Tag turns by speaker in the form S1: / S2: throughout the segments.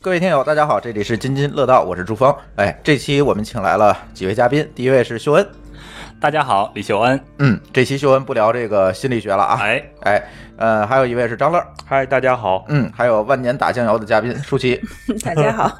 S1: 各位听友，大家好，这里是津津乐道，我是朱峰。哎，这期我们请来了几位嘉宾，第一位是秀恩。
S2: 大家好，李秀恩。
S1: 嗯，这期秀恩不聊这个心理学了啊。
S2: 哎，
S1: 哎，呃，还有一位是张乐，
S3: 嗨，大家好。
S1: 嗯，还有万年打酱油的嘉宾舒淇。
S4: 大家 好，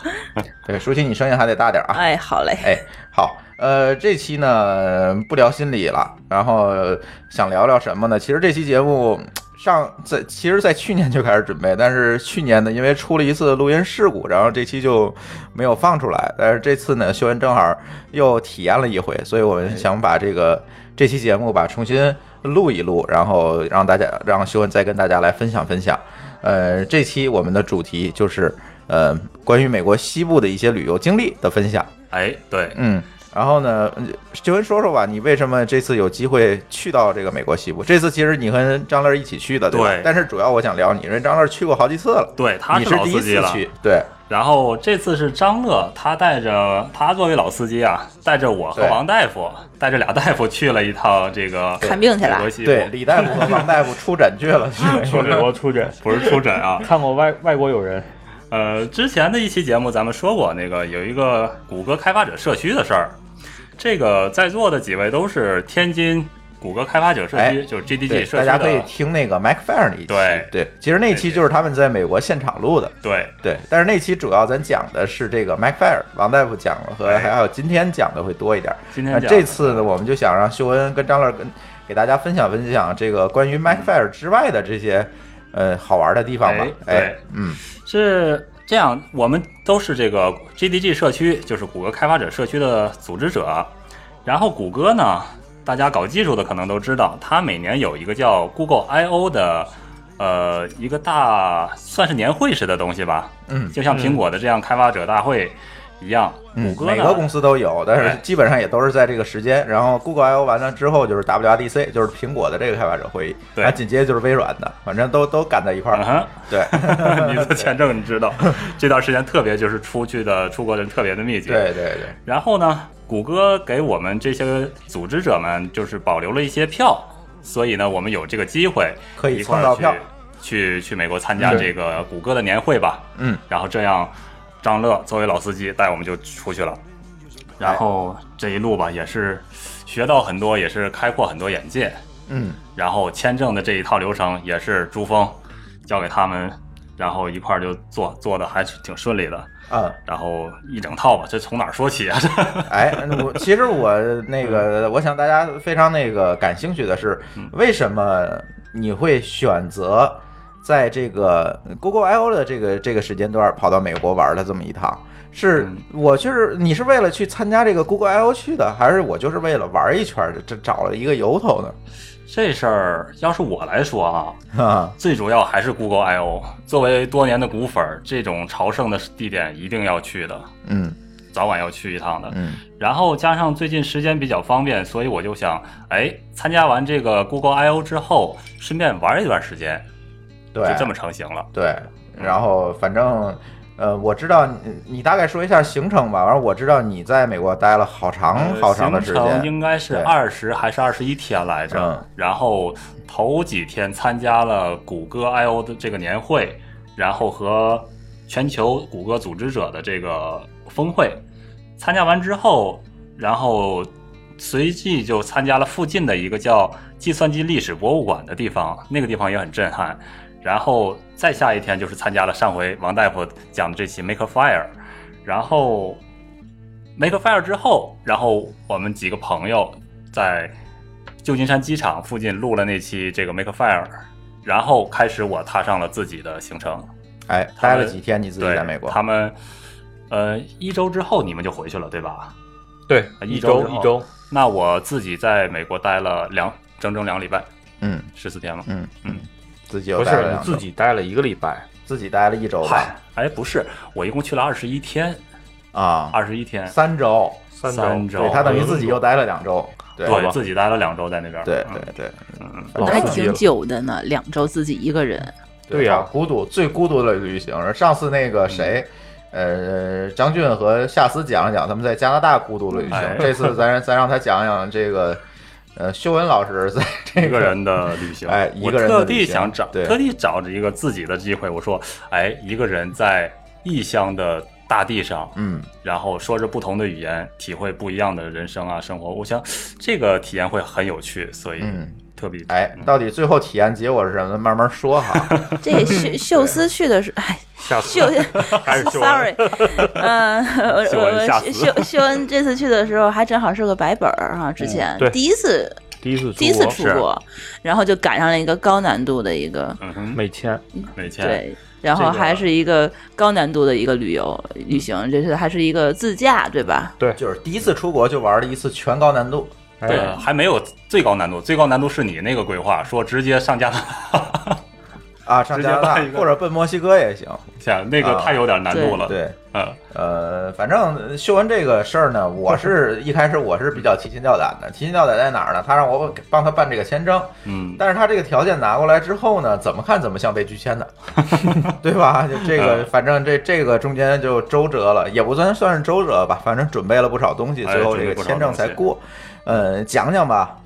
S1: 对，舒淇，你声音还得大点啊。
S4: 哎，好嘞，
S1: 哎，好，呃，这期呢不聊心理了，然后呃想聊聊什么呢？其实这期节目上在其实，在去年就开始准备，但是去年呢，因为出了一次录音事故，然后这期就没有放出来。但是这次呢，秀恩正好又体验了一回，所以我们想把这个这期节目吧重新录一录，然后让大家让秀恩再跟大家来分享分享。呃，这期我们的主题就是呃关于美国西部的一些旅游经历的分享。
S2: 哎，对，
S1: 嗯，然后呢，嗯就跟说说吧，你为什么这次有机会去到这个美国西部？这次其实你和张乐一起去的，对吧？
S2: 对
S1: 但是主要我想聊你，因为张乐去过好几次了，
S2: 对，他
S1: 你是
S2: 老
S1: 第一
S2: 司机
S1: 次
S2: 了。
S1: 去，对，
S2: 然后这次是张乐，他带着他作为老司机啊，带着我和
S1: 对
S2: 王大夫，带着俩大夫去了一趟这个
S4: 看病去
S2: 美
S4: 了
S2: 国。西部，
S1: 对，李大夫和王大夫出诊去 了，去美国
S3: 去美国出诊，
S2: 不是出诊啊。
S3: 看过外外国友人，
S2: 呃，之前的一期节目咱们说过，那个有一个谷歌开发者社区的事儿，这个在座的几位都是天津谷歌开发者社区，
S1: 哎
S2: 就是
S1: 对
S2: GDG 社
S1: 大家
S2: 区
S1: 可以
S2: 的，
S1: 听那个 Mike Fair 那一期，
S2: 对
S1: 对，其实那期就是他们在美国现场录的。
S2: 对
S1: 对，但是那期主要咱讲的是这个 Mike Fair，王大夫讲了和
S2: 哎
S1: 还有今天讲的会多一点。
S2: 今
S1: 那
S2: 天讲
S1: 啊这次呢，我们就想让秀恩跟张乐跟给大家分享分享这个关于 MacFire 之外的这些呃好玩的地方吧。
S2: 哎
S1: 哎
S2: 对，
S1: 嗯，
S2: 是这样，我们都是这个 GDG 社区，就是谷歌开发者社区的组织者。然后谷歌呢，大家搞技术的可能都知道，它每年有一个叫 Google I/O 的，呃，一个大算是年会似的东西吧，
S1: 嗯
S2: 就像苹果的这样开发者大会一样。
S1: 嗯，
S2: 谷歌
S1: 每
S2: 呢，
S1: 个公司都有，但
S2: 哎
S1: 是基本上也都是在这个时间。然后 Google I/O 完了之后就是 WWDC，就是苹果的这个开发者会议，
S2: 对
S1: 然后紧接着就是微软的，反正都都赶在一块儿
S2: 嗯
S1: 了。
S2: 哼，
S1: 对
S2: 你的签证你知道，这段时间特别就是出去的出国人特别的密集。
S1: 对对对，
S2: 然后呢，谷歌给我们这些组织者们就是保留了一些票，所以呢，我们有这个机会
S1: 可以
S2: 一块儿
S1: 蹭到票
S2: 去去去美国参加这个谷歌的年会吧。
S1: 嗯，
S2: 然后这样，张乐作为老司机带我们就出去了。
S1: 哎
S2: 然后这一路吧，也是学到很多，也是开阔很多眼界。
S1: 嗯，
S2: 然后签证的这一套流程也是珠峰交给他们，然后一块儿就做做的还挺顺利的。
S1: 嗯。
S2: 然后一整套吧，这从哪儿说起啊？这
S1: 哎，我其实我那个，
S2: 嗯
S1: 我想大家非常那个感兴趣的是，为什么你会选择在这个 Google I/O 的这个这个时间段跑到美国玩了这么一趟？是
S2: 嗯
S1: 我就是你是为了去参加这个 Google I/O 去的，还是我就是为了玩一圈儿，这找了一个由头呢？
S2: 这事儿要是我来说啊，
S1: 啊，
S2: 最主要还是 Google I O。作为多年的股粉儿，这种朝圣的地点一定要去的，
S1: 嗯
S2: 早晚要去一趟的。
S1: 嗯，
S2: 然后加上最近时间比较方便，所以我就想，哎，参加完这个 Google I O 之后，顺便玩一段时间，就
S1: 对，
S2: 这么嗯成型了。
S1: 对，然后反正呃，我知道你你大概说一下行程吧。完了，我知道你在美国待了好长好长的时
S2: 呃行程
S1: 间，
S2: 应该是
S1: 对
S2: 二十还是二十一天来着。
S1: 嗯
S2: 然后头几天参加了谷歌 I O 的这个年会，然后和全球谷歌组织者的这个峰会，参加完之后，然后随即就参加了附近的一个叫计算机历史博物馆的地方，那个地方也很震撼。然后再下一天就是参加了上回王大夫讲的这期 Maker Fire，然后 Make Fire 之后，然后我们几个朋友在旧金山机场附近录了那期这个 Make Fire，然后开始我踏上了自己的行程。
S1: 哎，
S2: 他
S1: 待
S2: 们
S1: 了几天，你自己
S2: 对，
S1: 在美国，
S2: 他们呃一周之后你们就回去了，对吧？
S3: 对，
S2: 一
S3: 一
S2: 周
S3: 周
S2: 之后
S3: 一周，
S2: 那我自己在美国待了两整整两礼拜，
S1: 嗯
S2: 十四天嘛。
S1: 嗯
S2: 嗯
S1: 嗯，自己
S3: 不
S1: 又
S3: 是
S1: 待了
S3: 你
S1: 两
S3: 自
S1: 周
S3: 己待了一个礼拜，
S1: 自己待了一周
S2: 嗨
S1: 吧，，
S2: 哎，不是，我一共去了二十一天，
S1: 啊，
S2: 二十一天，
S1: 三周，
S3: 三
S2: 三周
S3: 周，
S1: 对他等于自己又待了两周，对
S2: 对
S1: 吧
S2: 自己待了两周在那边。
S1: 对
S2: 嗯
S1: 对对
S3: 老
S5: 还
S3: 刺激
S5: 挺
S3: 了
S5: 久的呢，两周自己一个人。
S3: 对呀
S1: 好孤独最孤独的旅行。上次那
S2: 嗯
S1: 个谁。呃，张俊和夏思讲一讲他们在加拿大孤独的旅行。
S2: 哎
S1: 这次咱咱让他讲讲这个，呃，修文老师在这
S2: 一个人的旅行，
S1: 哎
S2: 我
S1: 一个人的
S2: 特
S1: 旅
S2: 地
S1: 行
S2: 想找，
S1: 对
S2: 特地找着一个自己的机会，我说，哎，一个人在异乡的大地上，
S1: 嗯，
S2: 然后说着不同的语言，体会不一样的人生啊生活，我想这个体验会很有趣，所以
S1: 嗯
S2: 特别
S1: 哎，到底最后体验结果是什么？慢慢说哈。
S5: 这秀秀斯去的是， 哎，
S3: 下次
S5: 秀
S3: 还是秀恩
S5: ，sorry，嗯，
S6: 啊
S5: 我
S2: 秀恩吓
S5: 我
S2: 死
S5: 秀秀恩这次去的时候还正好是个白本儿哈，之前
S3: 对
S5: 第一次
S3: 第一次出国
S5: 第一次出
S2: 是
S5: 国，然后就赶上了一个高难度的一个
S2: 嗯哼，
S3: 美签，
S2: 每
S6: 哎
S2: 天
S5: 对。然
S2: 这
S5: 后
S2: 个
S5: 还是一个高难度的一个旅游旅行，这是还是一个自驾，对吧？
S1: 就是第一次出国就玩了一次全高难度，
S2: 对
S3: 哎，
S2: 还没有最高难度，最高难度是你那个规划，说直接上加拿大，
S1: 啊，上
S2: 直接
S1: 加拿大
S2: 办一个
S1: 或者奔墨西哥也行。
S2: 想那个
S1: 啊
S2: 太有点难度了，
S1: 对，
S2: 嗯，
S1: 呃，反正秀恩这个事儿呢，我 是一开始我是比较提心吊胆的。提心吊胆在哪儿呢？他让我帮他办这个签证，
S2: 嗯
S1: 但是他这个条件拿过来之后呢，怎么看怎么像被拒签 的，对吧？就这
S2: 啊
S1: 个，反正这这个中间就周折了，也不算算是周折吧，反正准备了不少东西，
S2: 哎
S1: 最后这
S2: 准备
S1: 个
S2: 不少
S1: 签证才
S2: 东西
S1: 过。呃，讲讲吧，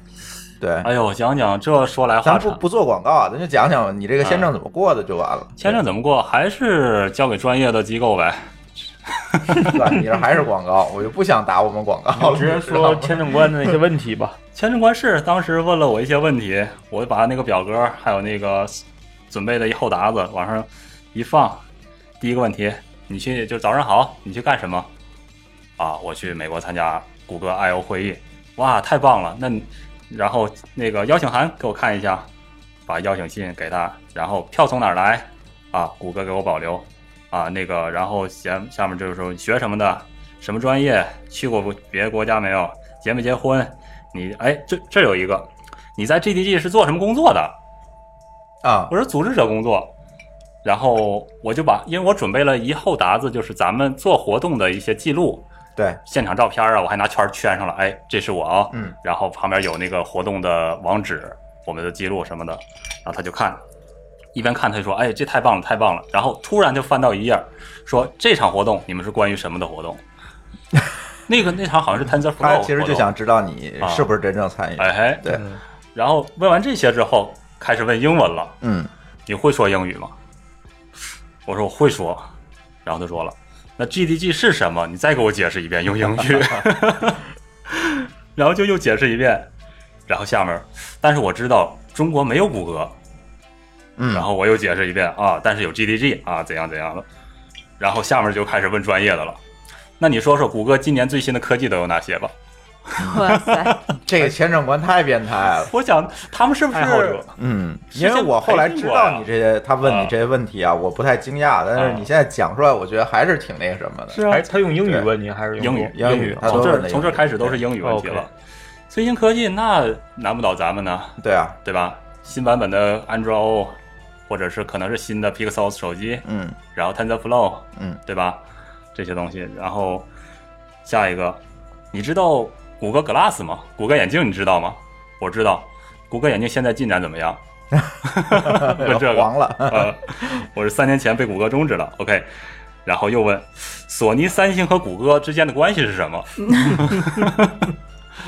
S1: 对，
S2: 哎呦，我想想这说来
S1: 咱
S2: 话
S1: 不
S2: 长。
S1: 不做广告啊，咱就讲讲你这个签证怎么过的就完了。
S2: 啊签证怎么过？还是交给专业的机构呗。
S1: 对吧？你这还是广告，我就不想打我们广告了。
S3: 直接说签证官的那些问题吧。
S2: 签证官是当时问了我一些问题，我就把那个表格还有那个准备的一厚沓子往上一放。第一个问题，你去就早上好，你去干什么？啊，我去美国参加谷歌 I/O 会议。哇，太棒了！那你然后那个邀请函给我看一下，把邀请信给他，然后票从哪儿来？啊，谷歌给我保留。啊，那个，然后下下面就是说你学什么的，什么专业，去过不别的国家没有，结没结婚？你哎，这这有一个，你在 GDG 是做什么工作的？
S1: 啊，
S2: 我是组织者工作。然后我就把，因为我准备了一厚沓子，就是咱们做活动的一些记录，
S1: 对，
S2: 现场照片啊，我还拿圈儿圈上了，哎，这是我啊，
S1: 嗯，
S2: 然后旁边有那个活动的网址、我们的记录什么的，然后他就看，一边看他就说，哎，这太棒了，太棒了，然后突然就翻到一页儿，说这场活动你们是关于什么的活动？ 那个那场好像是 TensorFlow，
S1: 他其实
S2: 活
S1: 就
S2: 动
S1: 想知道你是不是真正参与。
S2: 啊哎嘿，
S1: 对，
S2: 然后问完这些之后，开始问英文了。
S1: 嗯，
S2: 你会说英语吗？我说我会说，然后他说了，那 GDG 是什么？你再给我解释一遍，用英语， 然后就又解释一遍，然后下面，但是我知道中国没有谷歌，
S1: 嗯
S2: 然后我又解释一遍啊，但是有 GDG 啊，怎样怎样的，然后下面就开始问专业的了。那你说说谷歌今年最新的科技都有哪些吧？
S5: 哇塞，
S1: 这个签证官太变态了。
S2: 我想他们是不是
S3: 爱好者
S1: 嗯，因为我后来知
S2: 啊
S1: 道你这些，他问你这些问题啊，我不太惊讶，但是你现在讲出来，我觉得还是挺那个什么的。
S2: 是啊
S3: 哎，他用英语
S1: 对
S3: 问你还是用
S2: 英
S3: 中
S2: 语，
S1: 英语他
S2: 从
S1: 都
S2: 这
S1: 问
S2: 儿
S1: 的
S2: 从这儿
S1: 英语
S2: 开始都是英语问题了。最新科技那难不倒咱们呢，
S1: 对啊，
S2: 对吧？新版本的 Android O，或者是可能是新的 Pixel 手机，
S1: 嗯
S2: 然后 TensorFlow，
S1: 嗯，
S2: 对吧？这些东西，然后下一个，你知道谷歌 Glass 吗？谷歌眼镜你知道吗？我知道，谷歌眼镜现在进展怎么 样？ 问这个
S1: 黄了，
S2: 呃，我是三年前被谷歌终止了。OK，然后又问索尼、三星和谷歌之间的关系是什么？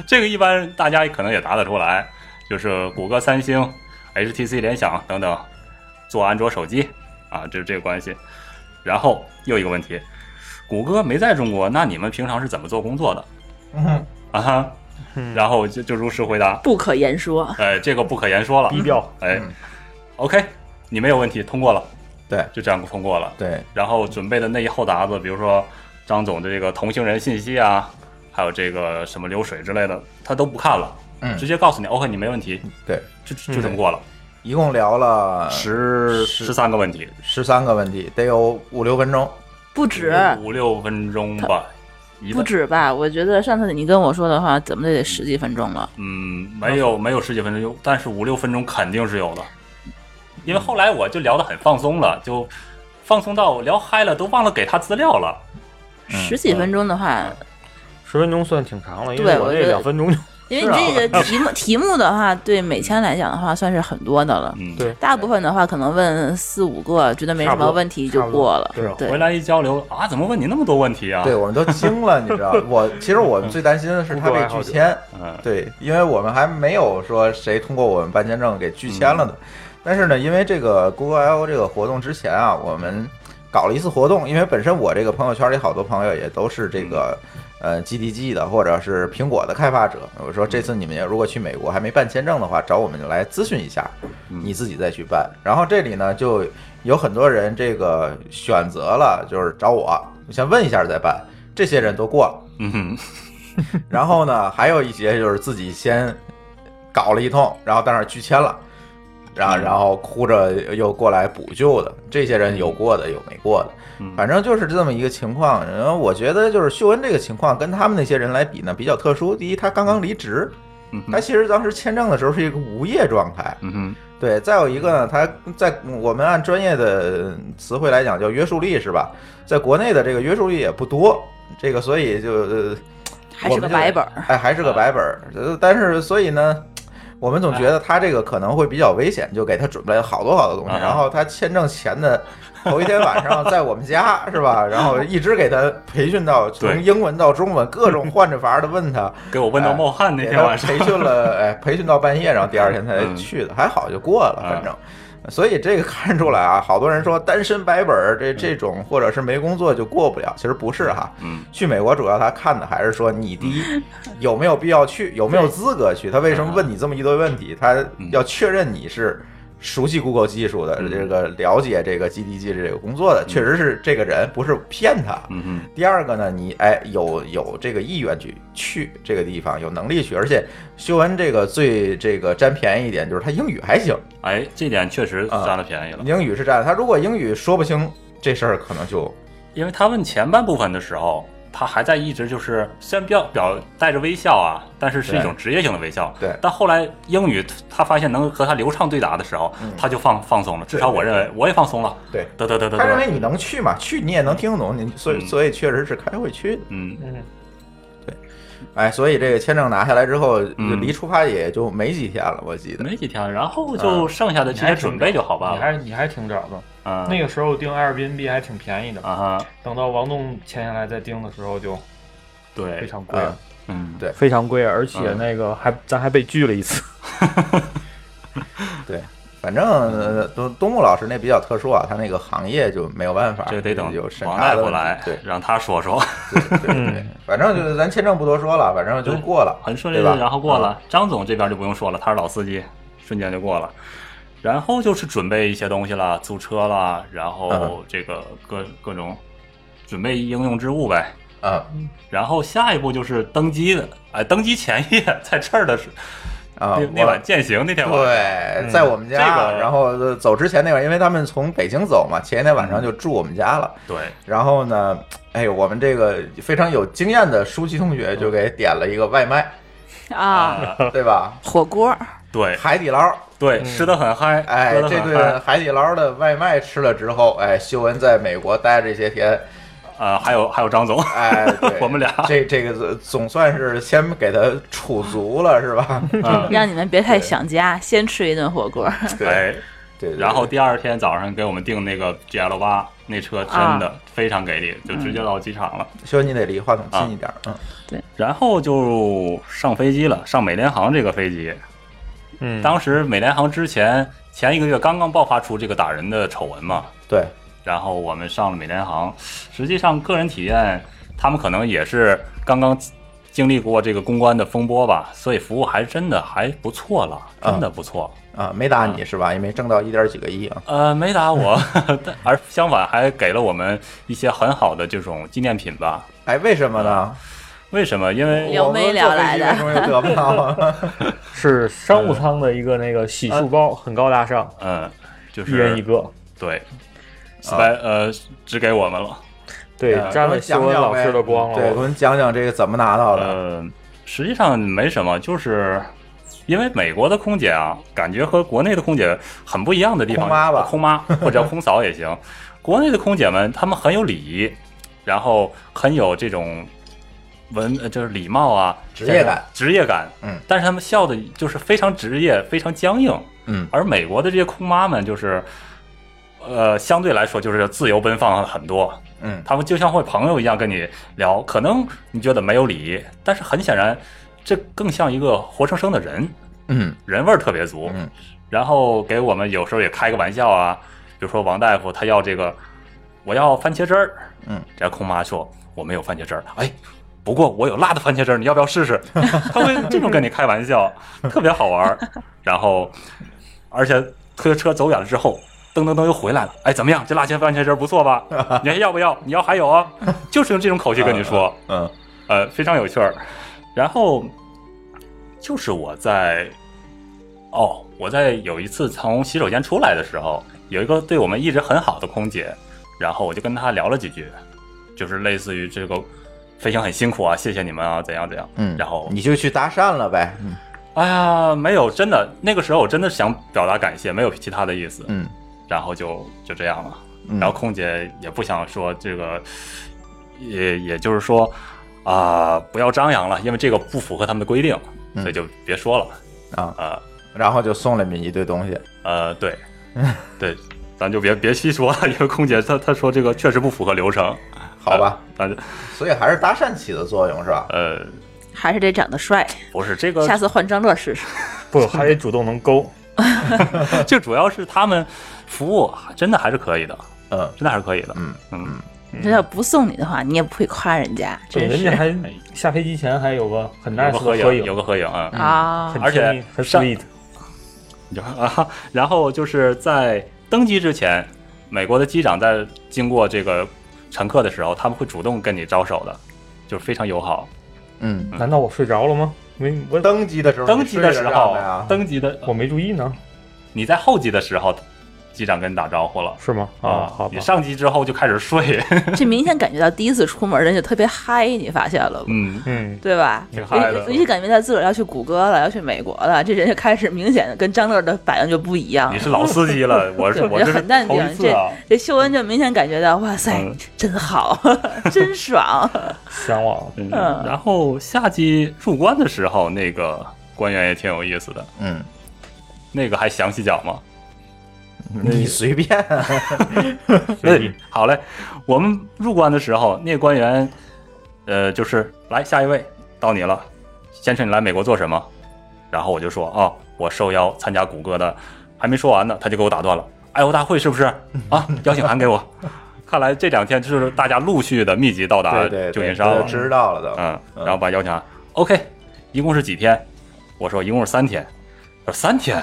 S2: 这个一般大家可能也答得出来，就是谷歌、三星、HTC、联想等等做安卓手机啊，这是这个关系。然后又一个问题，谷歌没在中国，那你们平常是怎么做工作的？
S1: 嗯
S2: 啊哈，然后就就如实回答，
S5: 不可言说。
S2: 哎，这个不可言说了，
S3: 低调，
S2: 哎
S1: 嗯
S2: ，OK，你没有问题，通过了，
S1: 对
S2: 就这样通过了。
S1: 对，
S2: 然后准备的那一厚沓子，比如说张总的这个同行人信息啊，还有这个什么流水之类的，他都不看了，
S1: 嗯
S2: 直接告诉你 OK，你没问题，
S1: 对，
S2: 就就这么过了，
S1: 一共聊了
S2: 十十三个问题，
S1: 十三个问题，得有五六分钟。
S5: 不止，
S2: 五六分钟吧，一
S5: 不
S2: 个
S5: 止吧？我觉得上次你跟我说的话，怎么也得十几分钟了。
S2: 嗯，没有没有十几分钟，但是五六分钟肯定是有的，因为后来我就聊得很放松了，就放松到聊嗨了，都忘了给他资料了。嗯
S5: 十几分钟的话，
S3: 十分钟算挺长了，因
S5: 对
S3: 为我
S5: 我
S3: 这
S5: 觉得
S3: 两分钟就
S5: 因为你这个题目、题目的话，对美签来讲的话，算是很多的了。
S2: 嗯，
S3: 对
S5: 大部分的话可能问四五个，觉得没什么问题就过了。
S3: 差不多差不
S5: 对
S2: 回，来一交流啊，怎么问你那么多问题啊？
S1: 对，我们都惊了，你知道？我其实我们最担心的是他被拒签，
S2: 嗯，
S1: 对，因为我们还没有说谁通过我们办签证给拒签了的。但是呢，因为这个 Google I/O 这个活动之前啊，我们搞了一次活动，因为本身我这个朋友圈里好多朋友也都是这个呃 GDG 的或者是苹果的开发者，我说这次你们也如果去美国还没办签证的话，找我们来咨询一下，你自己再去办。然后这里呢就有很多人这个选择了，就是找我，我先问一下再办，这些人都过了。
S2: 嗯哼，
S1: 然后呢，还有一些就是自己先搞了一通，然后在那儿拒签了，然后然后哭着又过来补救的，这些人有过的有没过的，
S2: 嗯
S1: 反正就是这么一个情况。然后我觉得就是秀恩这个情况跟他们那些人来比呢比较特殊。第一，他刚刚离职，
S2: 嗯
S1: 他
S2: 哼，
S1: 其实当时签证的时候是一个无业状态，
S2: 嗯哼，
S1: 对，再有一个呢，它在我们按专业的词汇来讲叫约束力是吧？在国内的这个约束力也不多，这个所以就呃
S5: 还是
S1: 我
S5: 个
S1: 们就
S5: 白本儿，
S1: 哎，还是个白本
S2: 啊
S1: 儿。呃但是所以呢，我们总觉得他这个可能会比较危险，就给他准备了好多好多东西。
S2: 哎啊
S1: 然后他签证前的头一天晚 上在我们家是吧？然后一直给他培训到从
S2: 对
S1: 英文到中文，各种换着法的问他，
S2: 给我问
S1: 哎
S2: 到冒汗那
S1: 给
S2: 天
S1: 他
S2: 晚上
S1: 培，训了，哎，培训到半夜，然后第二天才去的，还好就过了，
S2: 嗯
S1: 反正。呃所以这个看出来啊，好多人说单身白本儿这这种，或者是没工作就过不了，其实不是哈。
S2: 嗯，
S1: 去美国主要他看的还是说你第一 有没有必要去，有没有资格去。他为什么问你这么一堆问题？
S2: 嗯
S1: 他要确认你是熟悉 Google 技术的，
S2: 嗯
S1: 这个了解这个 GDG 这个工作的，确实是这个人，不是骗他。
S2: 嗯哼，
S1: 第二个呢，你哎有有这个意愿去去这个地方，有能力去，而且修文这个最这个占便宜一点就是他英语还行，
S2: 哎，这点确实
S1: 啊
S2: 占了便宜了，
S1: 英语是占，他如果英语说不清这事儿，可能就
S2: 因为他问前半部分的时候，他还在一直就是虽然表表带着微笑啊，但是是一种职业性的微笑。
S1: 对
S2: 但后来英语他发现能和他流畅对答的时候，他就放放松了，至少我认为我也放松了。
S1: 嗯对
S2: 得得得得
S1: 他认为
S2: 得，
S1: 你能去嘛，去你也能听得懂，你所以
S2: 嗯
S1: 所以确实是开会去的，
S2: 嗯，
S1: 哎，所以这个签证拿下来之后，
S2: 嗯
S1: 就离出发也就没几天了，我记得。
S2: 没几天，然后就
S1: 嗯
S2: 剩下的这些准备就好办
S3: 你
S2: 了。
S3: 还你还挺早的，
S2: 嗯，
S4: 啊
S3: 那个时候订 Airbnb 还挺便宜的，
S2: 啊哈，
S3: 等到王栋签下来再订的时候就非
S2: 对，
S3: 常
S1: 啊
S4: 哎
S3: 贵
S4: 啊
S3: 了，
S2: 嗯，
S1: 对
S3: 非常贵，而且
S2: 嗯
S3: 那个还咱还被拒了一次。
S1: 反正呃东东木老师那比较特殊啊，他那个行业就没有办法，
S2: 这得等
S1: 有审
S2: 王
S1: 查
S2: 大
S1: 的
S2: 夫
S1: 问题
S2: 来嗯
S1: 对，
S2: 让他说说，
S1: 对对
S4: 嗯
S1: 对，反正就是咱签证不多说了，反正就过了，
S2: 很顺利
S1: 对
S2: 的，
S1: 吧？嗯
S2: 然后过了。张总这边就不用说了，他是老司机，瞬间就过了。然后就是准备一些东西了，租车啦，然后
S1: 嗯
S2: 这个各各种准备应用之物呗。
S1: 啊
S2: 然后下一步就是登机的，哎，登机前夜在这儿的是
S1: 啊
S2: 那，那
S1: 我
S2: 晚践行那天晚上，
S1: 对，在我们家，
S2: 这个
S1: 然后呃走之前那晚，因为他们从北京走嘛，前一天晚上就住我们家了。
S2: 对，
S1: 然后呢，哎，我们这个非常有经验的舒淇同学就给点了一个外 卖，
S5: 啊，
S2: 啊，
S1: 对吧？
S5: 火锅儿
S2: 对
S1: 海底捞，
S2: 对，吃的很嗨，
S1: 嗯哎
S2: 喝，得
S1: 这
S2: 很
S1: 顿
S2: 嗨，
S1: 海底捞的外卖吃了之后，哎，秀恩在美国待这些天，
S2: 啊，还有还有张总，
S1: 哎， 对
S2: 我们俩
S1: 这这个呃总算是先给他储足了，是 吧？
S2: 嗯，
S5: 让你们别太想家，先吃一顿火锅儿。
S2: 哎，
S1: 对，对
S2: 然后第二天早上给我们订那个 GL 八，那车真
S1: 啊
S2: 的非常给力，就直
S1: 嗯
S2: 接到机场了。
S1: 修恩你得离话筒近一点，
S2: 啊
S1: 嗯。
S2: 然后就上飞机了，上美联航这个飞机。
S3: 嗯
S2: 当时美联航之前前一个月刚刚爆发出这个打人的丑闻嘛，
S1: 对，
S2: 然后我们上了美联航，实际上个人体验，他们可能也是刚刚。经历过这个公关的风波吧，所以服务还真的还不错了，真的不错。
S1: 啊，没打你是吧？因为挣到一点几个亿啊。
S2: 呃，没打我， 但而相反还给了我们一些很好的这种纪念品吧。
S1: 哎，为什么
S2: 啊
S1: 呢？
S2: 为什么？因为
S5: 撩妹撩来的
S1: 我们坐飞机为什么又得不到 啊？
S4: 是商务舱的一个那个洗
S3: 嗯
S4: 漱包，很高大上，
S2: 嗯，就是
S4: 一人一个。
S2: 对，四百、呃只给我们了。
S4: 对，沾了
S1: 讲
S4: 秀恩
S1: 讲
S4: 老
S1: 呗
S4: 师的光
S1: 对，给我
S4: 了。
S1: 们讲讲这个怎么拿到的。
S2: 呃，实际上没什么，就是因为美国的空姐啊，感觉和国内的空姐很不一样的地方，
S1: 空妈吧
S2: 空妈或者空嫂也行。 国内的空姐们，她们很有礼仪，然后很有这种文，呃就是礼貌啊，
S1: 职业感，
S2: 职业感。
S1: 嗯，
S2: 但是她们笑的就是非常职业，非常僵硬。
S1: 嗯，
S2: 而美国的这些空妈们，就是呃，相对来说就是自由奔放很多。
S1: 嗯
S2: 他们就像会朋友一样跟你聊，可能你觉得没有礼仪，但是很显然，这更像一个活生生的人，
S1: 嗯
S2: 人味儿特别足。
S1: 嗯，
S2: 然后给我们有时候也开个玩笑啊，比如说王大夫他要这个，我要番茄汁儿，
S1: 嗯，
S2: 这空妈说我没有番茄汁儿，哎。不过我有辣的番茄汁儿，你要不要试 试？他会这种跟你开玩笑，特别好玩儿。然后，而且推车走远了之后，噔噔噔又回来了。哎，怎么样？这辣茄番茄汁儿不 错吧？你还要不要？你要还有啊？就是用这种口气跟你说。
S1: 嗯
S2: 呃，非常有趣儿。然后就是我在哦，我在有一次从洗手间出来的时候，有一个对我们一直很好的空姐，然后我就跟她聊了几句，就是类似于这个飞行很辛苦啊，谢谢你们啊，怎样怎样。
S1: 嗯，
S2: 然后
S1: 你就去搭讪了呗。嗯
S2: 哎呀，没有，真的那个时候我真的想表达感谢，没有其他的意思。
S1: 嗯
S2: 然后就就这样了。
S1: 嗯，
S2: 然后空姐也不想说这个，也也就是说啊、不要张扬了，因为这个不符合他们的规定，
S1: 嗯
S2: 所以就别说了。
S1: 啊
S2: 呃
S1: 然后就送了你一堆东西。
S2: 呃，对，对，咱就别别细说了，因为空姐她她说这个确实不符合流程，呃
S1: 好吧，
S2: 咱就
S1: 所以还是搭讪起的作用是吧？
S2: 呃
S5: 还是得长得帅，
S2: 不是这个
S5: 下次换张乐试试。
S4: 不，还得主动能勾。
S2: 这主要是他们服务真的还是可以的，
S1: 嗯
S2: 真的还是可以的，
S1: 嗯
S2: 嗯，
S5: 这要不送你的话，你也不会夸人家，真
S4: 对，人
S5: 是
S4: 家还下飞机前还有个很
S2: 有
S4: nice
S2: 个
S4: 的
S2: 合
S4: 合
S2: 影，
S4: 影
S2: 有，个合影，嗯。
S5: 啊
S4: 很
S2: 而且
S4: friendly，很
S2: 上
S4: sweet。
S2: 啊， 然后就是在登机之前，美国的机长在经过这个乘客的时候，他们会主动跟你招手的，就是非常友好。
S1: 嗯，
S4: 难道我睡着了吗？没，我
S1: 登机的时候，
S2: 登机的时
S1: 哦你睡着
S2: 候
S1: 干嘛呀，
S2: 登机的
S4: 我没注意呢，
S2: 你在候机的时候，机长跟你打招呼了。
S4: 是吗？啊，好吧
S2: 你。上机之后就开始睡，
S5: 这明显感觉到第一次出门人就特别嗨，你发现了吗？
S2: 嗯，
S4: 嗯，
S5: 对吧？
S2: 挺嗨的
S5: 尤。其感觉到自个儿要去谷歌了，要去美国了，这人就开始明显的跟张乐的反应就不一样
S2: 你。是老司机了，我是
S5: 对
S2: 我这是
S5: 很淡定
S2: 头一次啊，
S5: 这秀恩就明显感觉到，哇塞
S2: 嗯，
S5: 真好， 真爽。
S4: 向往。
S2: 嗯
S5: 嗯
S2: 然后下机入关的时候，那个官员也挺有意思的，
S1: 嗯，
S2: 那个还详细讲吗？
S1: 你随便。
S2: 嗯，好嘞。我们入关的时候，那个官员，呃，就是来下一位，到你了，先生，你来美国做什么？然后我就说，哦，我受邀参加谷歌的，还没说完呢，他就给我打断了，爱国大会是不是？啊，邀请函给我。 看来这两天就是大家陆续的密集到达
S1: 对对，
S2: 旧金
S1: 对
S2: 山
S1: 我
S2: 了
S1: 就，知道了都。
S2: 嗯，然后把邀请函，OK，一共是几天？我说一共是三天。他说三天，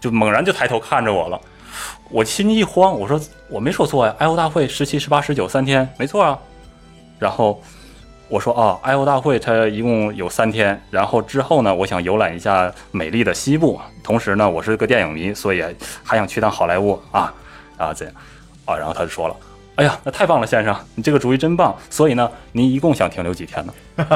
S2: 就猛然就抬头看着我了。我心一慌，我说我没说错呀、i o 大会十七、十八、十九三天，没错啊。然后我说啊，I O 大会它一共有三天，然后之后呢，我想游览一下美丽的西部，同时呢，我是个电影迷，所以还想去趟好莱坞啊啊这样啊，然后他就说了。哎呀，那太棒了，先生，你这个主意真棒。所以呢，您一共想停留几天 呢？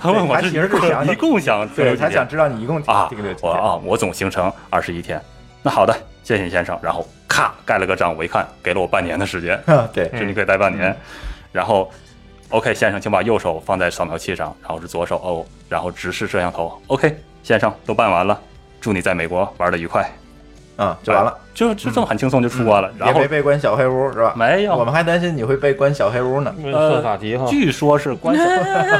S2: 他问我
S1: 他
S2: 是
S1: 其实是想
S2: 一共想停留
S1: 对，
S2: 几
S1: 他？
S2: 天
S1: 想知道你一共
S2: 啊
S1: 这个
S2: 我啊，我总行程二十一天。那好的，谢谢先生。然后咔盖了个章，我一看，给了我半年的时间，
S1: 对，
S2: 就你可以待半
S1: 嗯
S2: 年。然后，OK，先生，请把右手放在扫描器上，然后是左手哦，然后直视摄像头。OK，先生，都办完了，祝你在美国玩的愉快。
S1: 嗯，就完了。
S2: 就就这么很轻松就出哎关了。
S1: 嗯也
S2: 然后哎
S1: 没被关小黑屋是吧？
S2: 没
S1: 我
S2: 有，
S1: 们还担心你会被关小黑屋呢。
S4: 问色法题哈，
S2: 据说是关小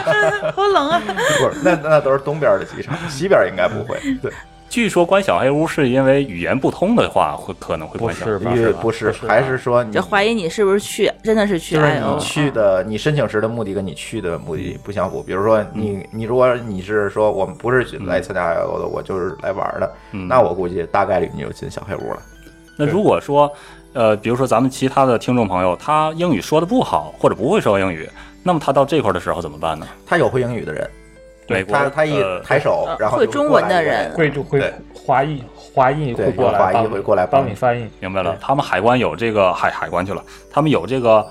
S5: 好冷啊！
S2: 哎
S1: 不是， 那那都是东边的机 场，西边应该不会。对，
S2: 据说关小黑屋是因为语言不通的话会可能会
S4: 不
S2: 关小
S4: 是吧？
S1: 因为不是，还是说你
S5: 就怀疑你是不是去真的是去
S1: 就是
S5: 哎
S1: 你
S5: 呦，
S1: 去的，你申请时的目的跟你去的目的不相符。比如说你，你如果你是说我们不是去来参加 I O 的，我就是来玩的，
S2: 嗯
S1: 那我估计大概率你就进小黑屋了。
S2: 那如果说，呃，比如说咱们其他的听众朋友，他英语说的不好，或者不会说英语，那么他到这块儿的时候怎么办呢？
S1: 他有会英语的人，
S2: 美国
S1: 他他一
S2: 呃
S1: 抬手，然后
S5: 会
S1: 就
S5: 中
S1: 过
S5: 文
S1: 来
S5: 的
S1: 一个
S5: 人，
S4: 会就会
S1: 对
S4: 华裔华裔
S1: 对
S4: 会过来
S1: 有华裔
S4: 帮你
S1: 会过来帮
S4: 帮你翻译，
S2: 明白了
S4: 对，
S2: 他们海关有这个海海关去了，他们有这个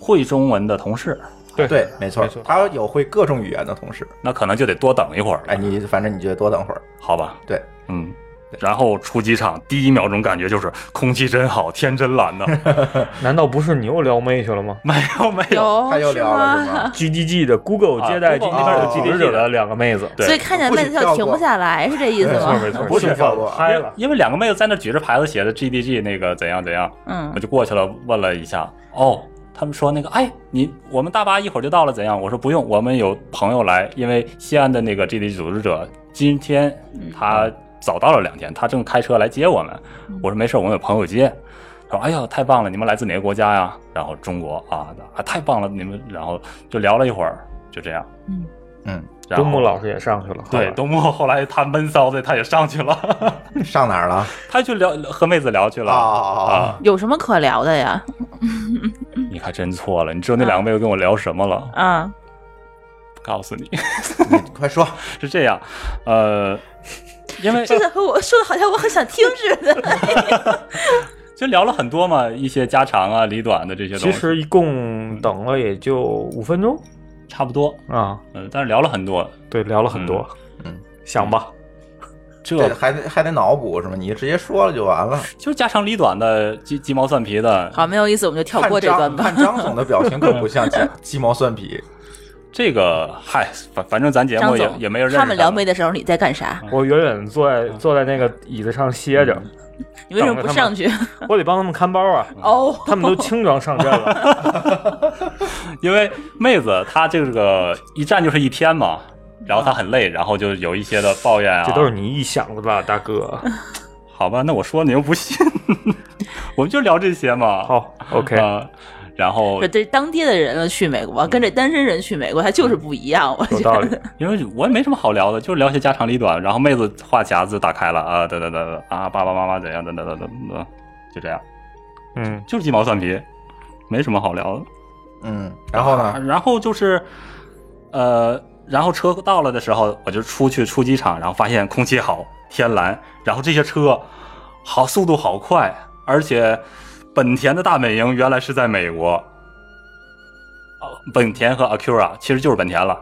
S2: 会中文的同事，
S4: 对
S1: 对，没错
S4: 没错，
S1: 他有会各种语言的同事。
S2: 那可能就得多等一会儿，
S1: 哎，你反正你就多等会儿。
S2: 好吧？
S1: 对，
S2: 嗯
S1: 对。
S2: 然后出机场第一秒钟感觉就是空气真好，天真 蓝呐。
S4: 难道不是你又撩妹去了吗
S2: 没有没有，
S5: 有
S1: 他又聊了是
S5: 哦吗？
S1: 吗？
S4: ？GDG 的 Google
S2: 啊
S4: 接待
S2: Google
S4: 那边有
S1: 哦
S4: GDG 者的两个妹子，
S2: 对
S5: 所以看见
S1: 不许
S5: 妹子就
S1: 跳
S5: 停不
S1: 过
S5: 下来，是这意思
S4: 没错
S5: 吗？
S4: 没错，
S1: 不许
S4: 兴奋
S1: 跳过
S4: 嗨了，
S2: 因为两个妹子在那举着牌子写的 GDG 那个怎样怎样，
S5: 嗯
S2: 我，就过去了，问了一下，哦，他们说那个，哎，你我们大巴一会儿就到了，怎样？我说不用，我们有朋友来，因为西安的那个 GD 组织者今天他早到了两天，他正开车来接我们。我说没事，我们有朋友接。他说：“哎呦，太棒了！你们来自哪个国家呀？”然后中国啊啊，太棒了！你们然后就聊了一会儿，就这样。
S1: 嗯，
S2: 然后
S4: 东木老师也上去了，
S2: 对
S4: 东
S2: 东木后来他闷骚的他也上去了，
S1: 上哪儿了？
S2: 他去聊和妹子聊去了
S1: 啊，
S2: 啊！
S5: 有什么可聊的呀？
S2: 你可真错了，你知道那两个妹子跟我聊什么了？
S5: 啊，
S2: 告诉你
S1: 你快说，
S2: 是这样，呃，因为
S5: 这个和我说的好像我很想听似的。
S2: 就聊了很多嘛，一些家常啊、里短的这些东
S4: 其
S2: 西，
S4: 实一共等了也就五分钟
S2: 差不多，
S4: 啊，
S2: 嗯、但是聊了很多，
S4: 对，聊了很多，
S1: 嗯，
S4: 想吧，
S1: 对，
S2: 这
S1: 还得还得脑补是吗？你直接说了就完了。
S2: 就是家长里短的鸡鸡毛蒜皮 的，
S5: 好，没有意思，我们就跳
S1: 看
S5: 过这
S1: 张
S5: 段吧
S1: 看。张总的表情可不像鸡鸡毛蒜皮，
S2: 这个嗨，反反正咱节
S5: 张
S2: 目也
S5: 总
S2: 也没有认识
S5: 他们聊妹
S2: 的，
S5: 的时候你在干啥？
S2: 嗯
S4: 我远远坐在坐在那个椅子上歇着，
S2: 嗯
S5: 你为什么不上去？
S4: 我得帮他们看包 啊，
S5: 哦，
S4: 他们都轻装上阵了，
S2: 因为妹子她这个一站就是一天嘛。然
S5: 啊
S2: 后她很累，然后就有一些的抱怨啊。
S4: 这都是你臆想的吧，大哥？
S2: 好吧？那我说你又不信， 我们就聊这些嘛。
S4: 好，OK，
S2: 啊然后
S5: 不是对当地的人了去美
S2: 嗯
S5: 国，跟这单身人去美国，他就是不一样。我
S4: 有
S5: 觉
S4: 道
S5: 得
S4: 理，
S2: 因为我也没什么好聊的，就是聊些家长里短。然后妹子话匣子打开了啊，等等等等啊，爸爸妈妈怎样，等等等等等，就这样，
S4: 嗯，
S2: 就是鸡毛蒜皮，没什么好聊的。
S1: 嗯，然后
S2: 啊
S1: 呢？
S2: 然后就是，呃，然后车到了的时候，我就出去出机场，然后发现空气好，天蓝，然后这些车好速度好快，而且本田的大本营原来是在美国，呃本田和 Acura 其实就是本田了，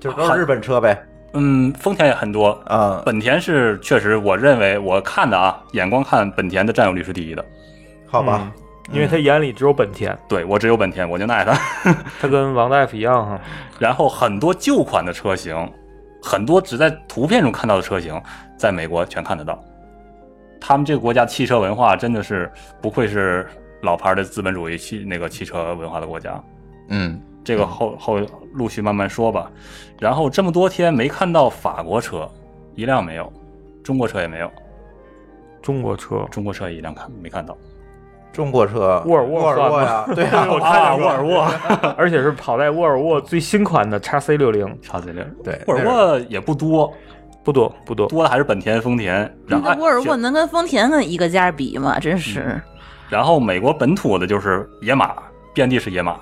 S1: 就是都是日本车呗，
S2: 嗯，丰田也很多，
S1: 嗯，
S2: 本田是确实，我认为我看的啊，眼光看本田的占有率是第一的。
S1: 好吧，
S4: 因为他眼里只有本田，
S2: 对我只有本田，我就爱它。
S4: 他跟王大夫一样哈，
S2: 然后很多旧款的车型，很多只在图片中看到的车型，在美国全看得到。他们这个国家汽车文化真的是不愧是老牌的资本主义汽那个汽车文化的国家。
S1: 嗯，
S2: 这个后后陆续慢慢说吧。然后这么多天没看到法国车，一辆没有，中国车也没有，
S4: 中国车，
S2: 中国车也一辆看没看到。
S1: 中国车，
S4: 沃尔沃
S1: 沃尔沃呀，对呀，
S4: 我看
S2: 啊，
S4: 见
S2: 沃
S4: 过
S2: 尔沃。
S4: 而且是跑在沃尔沃最新款的 x C 六零，
S2: 叉 Z 六，
S1: 对
S2: 沃尔沃也不多，
S4: 不多不多，
S2: 多的还是本田、丰田。然后
S5: 那嗯沃尔沃
S2: 哎嗯
S5: 能跟丰田跟一个家比吗？真是，
S2: 然后美国本土的就是野马，遍地是野马，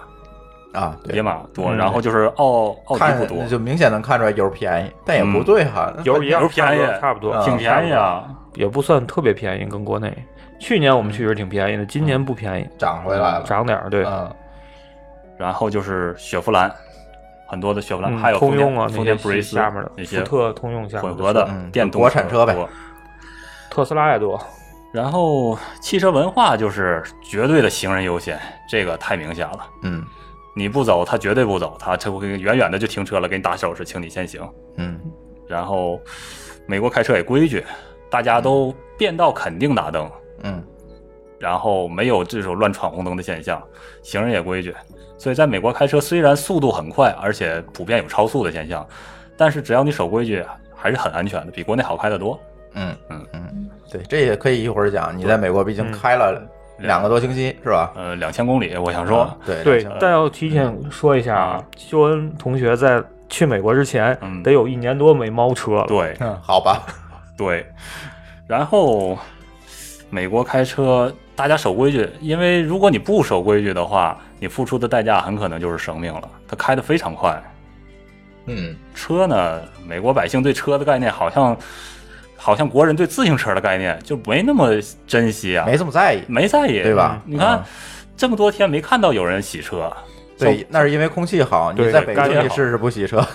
S1: 啊，对
S2: 野马多。
S4: 嗯
S2: 然后就是奥奥迪哦不多
S1: 看，就明显能看出来油便宜，但也不对哈，
S4: 油一样
S2: 油便宜
S4: 差不多，
S1: 嗯
S4: 差不多
S2: 挺便宜，啊。
S4: 也不算特别便宜，跟国内。去年我们去是挺便宜的，今年不便宜，
S1: 涨嗯回来了，
S4: 涨点儿。对，
S1: 嗯，
S2: 然后就是雪佛兰，很多的雪佛兰，
S4: 嗯
S2: 还有丰
S4: 通
S2: 田
S4: 用啊，
S2: 丰
S4: 那
S2: 田
S4: 些
S2: 普锐斯
S4: 下面的
S2: 那些
S4: 福特、通用下面
S2: 混合的
S1: 嗯
S2: 电动
S1: 国产车呗
S2: 多
S4: 特斯拉也多。
S2: 然后汽车文化就是绝对的行人优先，这个太明显了。
S1: 嗯
S2: 你不走，他绝对不走，他就会远远的就停车了，给你打手势，请你先行。
S1: 嗯，
S2: 然后美国开车也规矩，大家都变道肯定打灯，
S1: 嗯，
S2: 然后没有这种乱闯红灯的现象，行人也规矩。所以在美国开车虽然速度很快，而且普遍有超速的现象，但是只要你守规矩，还是很安全的，比国内好开得多。
S1: 嗯
S2: 嗯
S1: 嗯，对，这也可以一会儿讲。你在美国毕竟开了两个多星期是吧？
S2: 呃，两千公里，我想说，
S1: 啊对
S4: 对
S1: 两，千
S4: 但要提前说一下啊，修恩同学在去美国之前
S2: 嗯，
S4: 得有一年多没猫车了。
S2: 对
S1: 好吧，
S2: 对。然后美国开车，大家守规矩，因为如果你不守规矩的话，你付出的代价很可能就是生命了。他开得非常快，
S1: 嗯，
S2: 车呢，美国百姓对车的概念好像，好像国人对自行车的概念就没那么珍惜啊，
S1: 没这么在意，
S2: 没在意，
S1: 对吧
S2: 你看、
S1: 嗯
S2: 这么多天没看到有人洗车，
S1: 对，那是因为空气好。你
S4: 对
S1: 在北
S4: 干
S1: 京
S4: 净
S1: 你
S4: 好
S1: 试试不洗车，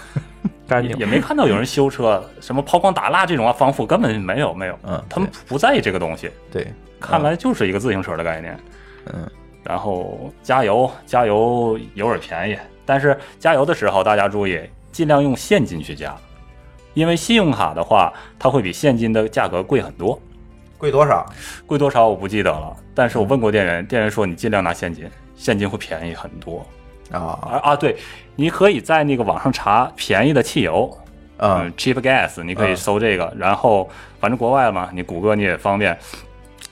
S4: 干
S2: 也
S4: 净
S2: 也没看到有 人修车，什么抛光打蜡这种啊防腐根本没有没有，
S1: 嗯
S2: 他们不在意这个东西，
S1: 对，
S2: 看来就是一个自行车的概念。
S1: 嗯，
S2: 然后加油加油有点便宜，但是加油的时候大家注意，尽量用现金去加，因为信用卡的话，它会比现金的价格贵很多，
S1: 贵多少？
S2: 贵多少我不记得了，但是我问过店员，店员说你尽量拿现金，现金会便宜很多。
S1: 啊
S2: 啊啊，对，你可以在那个网上查便宜的汽油，
S1: 啊
S2: 嗯，cheap gas，你可以
S1: 嗯
S2: 搜这个，然后反正国外嘛，你谷歌你也方便，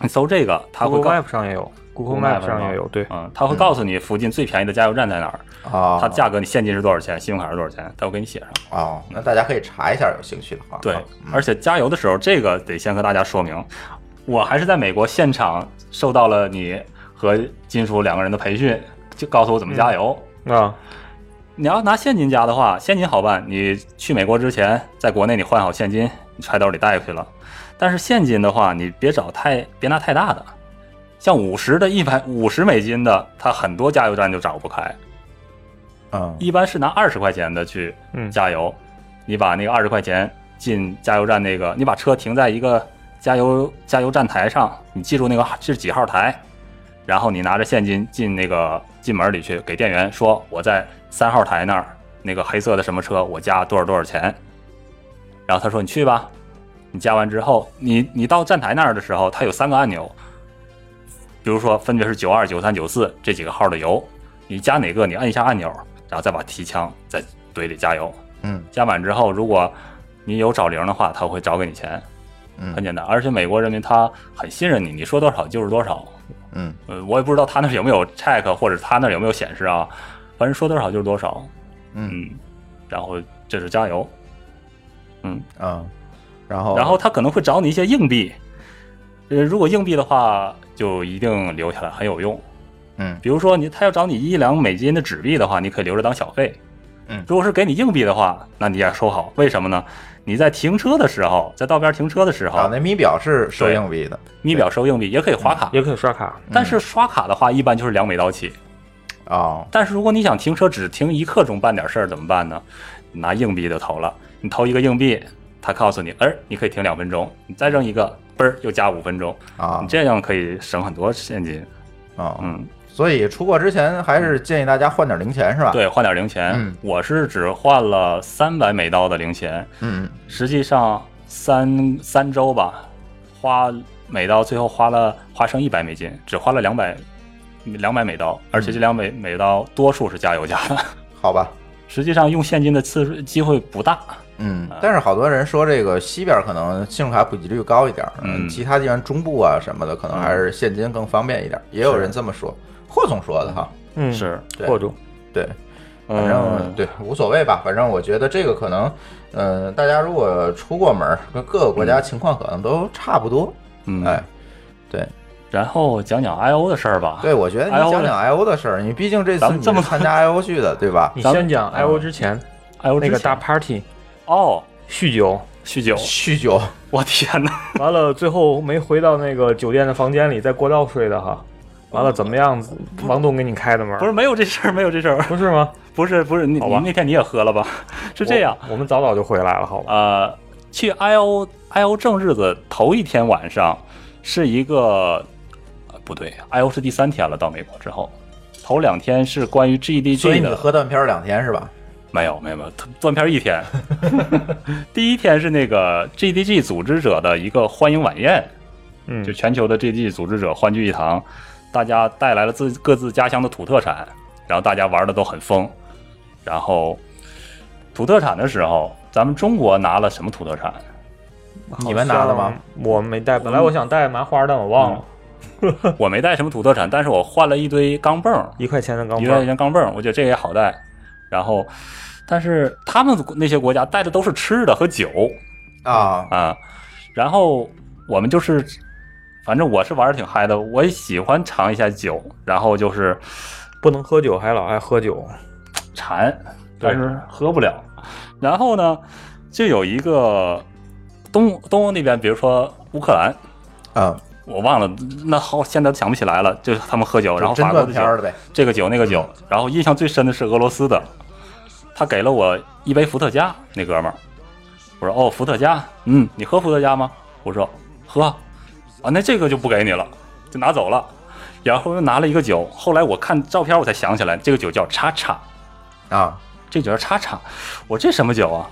S2: 你搜这个，它会
S4: Google
S2: 告，
S4: Map 上也有，Google
S2: Google
S4: Map
S2: Map
S4: 上
S2: 上
S4: 也有，对，
S2: 嗯，哦它会告诉你附近最便宜的加油站在哪儿，
S1: 啊！
S2: 它价格你现金是多少钱，信用卡是多少钱，它会给你写上。
S1: 哦，那大家可以查一下，有兴趣的话。
S2: 对
S1: 啊，
S2: 而且加油的时候，这个得先和大家说明，我还是在美国现场受到了你和金叔两个人的培训，就告诉我怎么加油。
S4: 啊，
S2: 你要拿现金加的话，现金好办，你去美国之前，在国内你换好现金，你揣兜里带回去了。但是现金的话，你别找太别拿太大的，像五十的、一百五十美金的，它很多加油站就找不开，
S1: 嗯，
S2: 一般是拿二十块钱的去
S4: 嗯
S2: 加油，你把那个二十块钱进加油站那个，你把车停在一个加油加油站台上，你记住那个是几号台，然后你拿着现金进那个进门里去给店员说我在三号台那儿那个黑色的什么车我加多少多少钱，然后他说你去吧，你加完之后你你到站台那儿的时候，它有三个按钮，比如说分别是九二、九三、九四这几个号的油，你加哪个你按一下按钮，然后再把提枪在堆里加油，
S1: 嗯
S2: 加满之后，如果你有找零的话，他会找给你钱，
S1: 嗯
S2: 很简单。而且美国人民他很信任你，你说多少就是多少。
S1: 嗯
S2: 呃，我也不知道他那有没有 check，或者他那有没有显示啊，反正说多少就是多少。
S1: 嗯
S2: 嗯，然后这是加油，
S1: 嗯，然后
S2: 然后他可能会找你一些硬币，呃，如果硬币的话，就一定留下来，很有用。
S1: 嗯
S2: 比如说你他要找你一两美金的纸币的话，你可以留着当小费。
S1: 嗯
S2: 如果是给你硬币的话，那你也收好。为什么呢？你在停车的时候，在道边停车的时
S1: 啊，
S2: 候，
S1: 那米表是收硬币的
S2: 咪表收硬币也可以划卡，
S4: 也可以刷卡，
S1: 嗯
S2: 但是刷卡的话一般就是两美刀起。
S1: 哦，
S2: 但是如果你想停车只停一刻钟办点事儿怎么办呢？拿硬币就投了，你投一个硬币，他告诉你，哎，你可以停两分钟，你再扔一个，嘣儿又加五分钟，
S1: 啊
S2: 你这样可以省很多现金。
S1: 啊，
S2: 嗯，
S1: 所以出国之前还是建议大家换点零钱是吧？，
S2: 对，换点零钱，
S1: 嗯
S2: 我是只换了三百美刀的零钱，
S1: 嗯
S2: 实际上三三周吧，花美刀最后花了花剩一百美金，只花了两百两百美刀，而且这两百美刀多数是加油 加的，
S1: 好吧，
S2: 实际上用现金的次数机会不大。
S1: 嗯，但是好多人说这个西边可能信用卡普及率高一点，
S2: 嗯
S1: 其他地方中部啊什么的可能
S2: 嗯
S1: 还是现金更方便一点，也有人这么说，霍总说的哈，
S4: 嗯，
S2: 是，嗯
S1: 对
S4: 货主，
S1: 对，反正对无所谓吧，反正我觉得这个可能，嗯、大家如果出过门儿，各个国家情况可能都差不多，
S2: 嗯，
S1: 哎，对
S2: 然后讲讲 I O 的事儿吧。
S1: 对，我觉得你
S2: IO
S1: 讲
S2: 的
S1: 讲 I O 的事儿，你毕竟这次
S2: 哎咱们
S1: 你
S2: 这么
S1: 是参加 I O 去的，对吧
S4: 你？
S2: 咱
S4: 先讲 I O 之前
S1: 嗯
S2: I O
S4: 那个大 party
S2: 哦，
S4: 酗酒，
S2: 酗酒，
S1: 酗酒，
S2: 我天哪！
S4: 完了最后没回到那个酒店的房间里，在过道睡的哈。完了怎么样？
S1: 嗯
S4: 王东给你开的门？
S2: 不是，没有这事儿，没有这事儿，
S4: 不是吗？
S2: 不是不是，你
S4: 好
S2: 你
S4: 吧
S2: 那天你也喝了吧？ 是这样，
S4: 我，我们早早就回来了，好吧？
S2: 呃，去 I O I O 正日子头一天晚上是一个，呃不对，I O 是第三天了，到美国之后，头两天是关于 G D
S1: 所以
S2: G
S1: 你
S2: 的，
S1: 喝断片儿两天是吧？
S2: 没有没有没有，断片一天。 第一天是那个 G D G 组织者的一个欢迎晚宴，
S4: 嗯
S2: 就，全球的 GD 组织者欢聚一堂，大家带来了自各自家乡的土特产，然后大家玩的都很疯。然后土特产的时候，咱们中国拿了什么 土特产？
S1: 你们拿的吗？嗯
S4: 我没带，本来我想带麻花，但我忘了。
S2: 我没带什么土特产，但是我换了一堆钢镚儿，
S4: 一块钱的钢
S2: 一
S4: 镚
S2: 块钱
S4: 儿，
S2: 钢镚儿，我觉得这个也好带。然后，但是他们那些国家带的都是吃的和酒
S1: 啊，
S2: 啊，然后我们就是，反正我是玩的挺嗨的，我也喜欢尝一下酒，然后就是
S4: 不能喝酒，还老爱喝酒，
S2: 馋，
S4: 对
S2: 但是喝不了。然后呢，就有一个东东欧那边，比如说乌克兰，
S1: 嗯，
S2: 我忘了，那好，现在都想不起来了。就是他们喝酒，然后
S1: 啊真
S2: 法国
S1: 断
S2: 的
S1: 片儿了
S2: 酒，
S1: 呗，
S2: 这个酒那个酒，然后印象最深的是俄罗斯的，他给了我一杯伏特加，那哥们儿，我说哦，伏特加，嗯，你喝伏特加吗？我说喝，啊，那这个就不给你了，就拿走了。然后又拿了一个酒，后来我看照片我才想起来，这个酒叫叉叉，
S1: 啊，
S2: 这酒叫叉叉，我这什么酒啊？